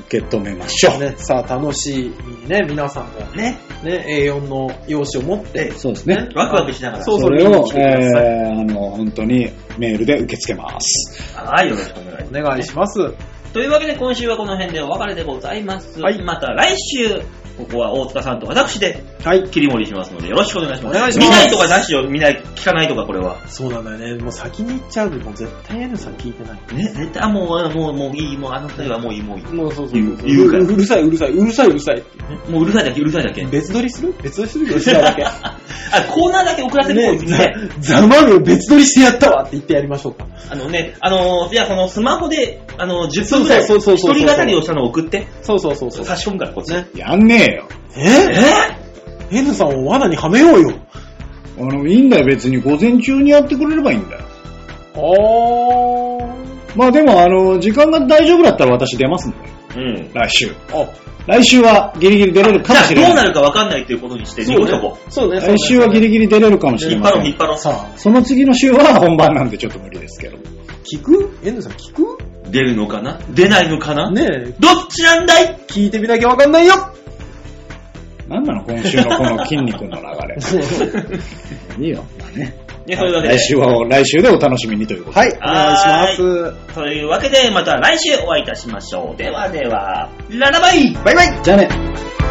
D: 受け止めましょう。
C: ねさあ、楽しみにね、皆さんが
B: ね。
C: ね、A4 の用紙を持って、
D: そうですね。
B: ワクワクしながら。
C: そう
D: それ
C: 見に
D: を
C: 来、てください
D: えー、あの、本当にメールで受け付けます。
B: はい、よろしくお願いします
C: お。願いします。
B: というわけで今週はこの辺でお別れでございます。
C: はい
B: また来週、ここは大塚さんと私で
C: はい。
B: 切り盛りしますのでよろしくお願いします。
C: お願いします
B: 見ないとかなしよ、見ない、聞かないとかこれは。
C: そうなんだよね。もう先に行っちゃうと、もう絶対 N さん聞いてない。
B: ね、絶対あもう、あもう、もういい、もうあの二人はもういい、もういい。
C: もうそうそう
B: 言う
C: そう
B: 言うから
C: うるさい、うるさい、うるさい、うるさいっていうね。
B: もううるさいだけ、うるさいだけ。
C: 別撮りする別撮りする吉田だけ。
B: あ、コーナーだけ送らせてもうね
C: ね、ざざまる別撮りしてやったわって言ってやりましょうか。
B: あのね、あのー、じゃあそのスマホで、あのー、10分ぐらい、
C: そうそう
B: 一
C: そうそうそう
B: 人語りをしたのを送って、
C: そうそうそうそう。
B: 差し込むからこっち。
C: ね
D: やんねえよ。
B: え
C: え
B: ー
C: ?N さんを罠にはめようよ。
D: あの、いいんだよ、別に。午前中にやってくれればいいんだよ。
C: あ
D: まあでも、あの、時間が大丈夫だったら私出ますんで、
B: うん。
D: 来週。
C: ー。あ、
D: 来週はギリギリ出れる
B: じ
D: かも
B: ゃあ
D: しれ
B: どう
D: な。
B: ないるかわかんないっていうことにして、
C: そう
B: し
C: ね。そうね。
D: 来週はギリギリ出れるかもしれ
B: 引っ
D: ま
B: 張
D: せ
B: ろう、引っ
D: ん。
B: 張ろう。
C: さあ、
D: その次の週は本番なんでちょっと無理ですけど。
C: 聞く ?N さん聞く
B: 出るのかな出ないのかな
C: ねえ、
B: どっちなんだい
C: 聞いてみなきゃわかんないよ
D: なんなの今週のこの筋肉の流れ。いいよ。まあね。
B: ね、そういうわけで
D: 来。週は、来週でお楽しみにということ
C: は
D: で。
C: い、お願いします。
B: というわけで、また来週お会いいたしましょう。ではでは、ララバイ
C: バイバイ
D: じゃあね。
C: バイバイ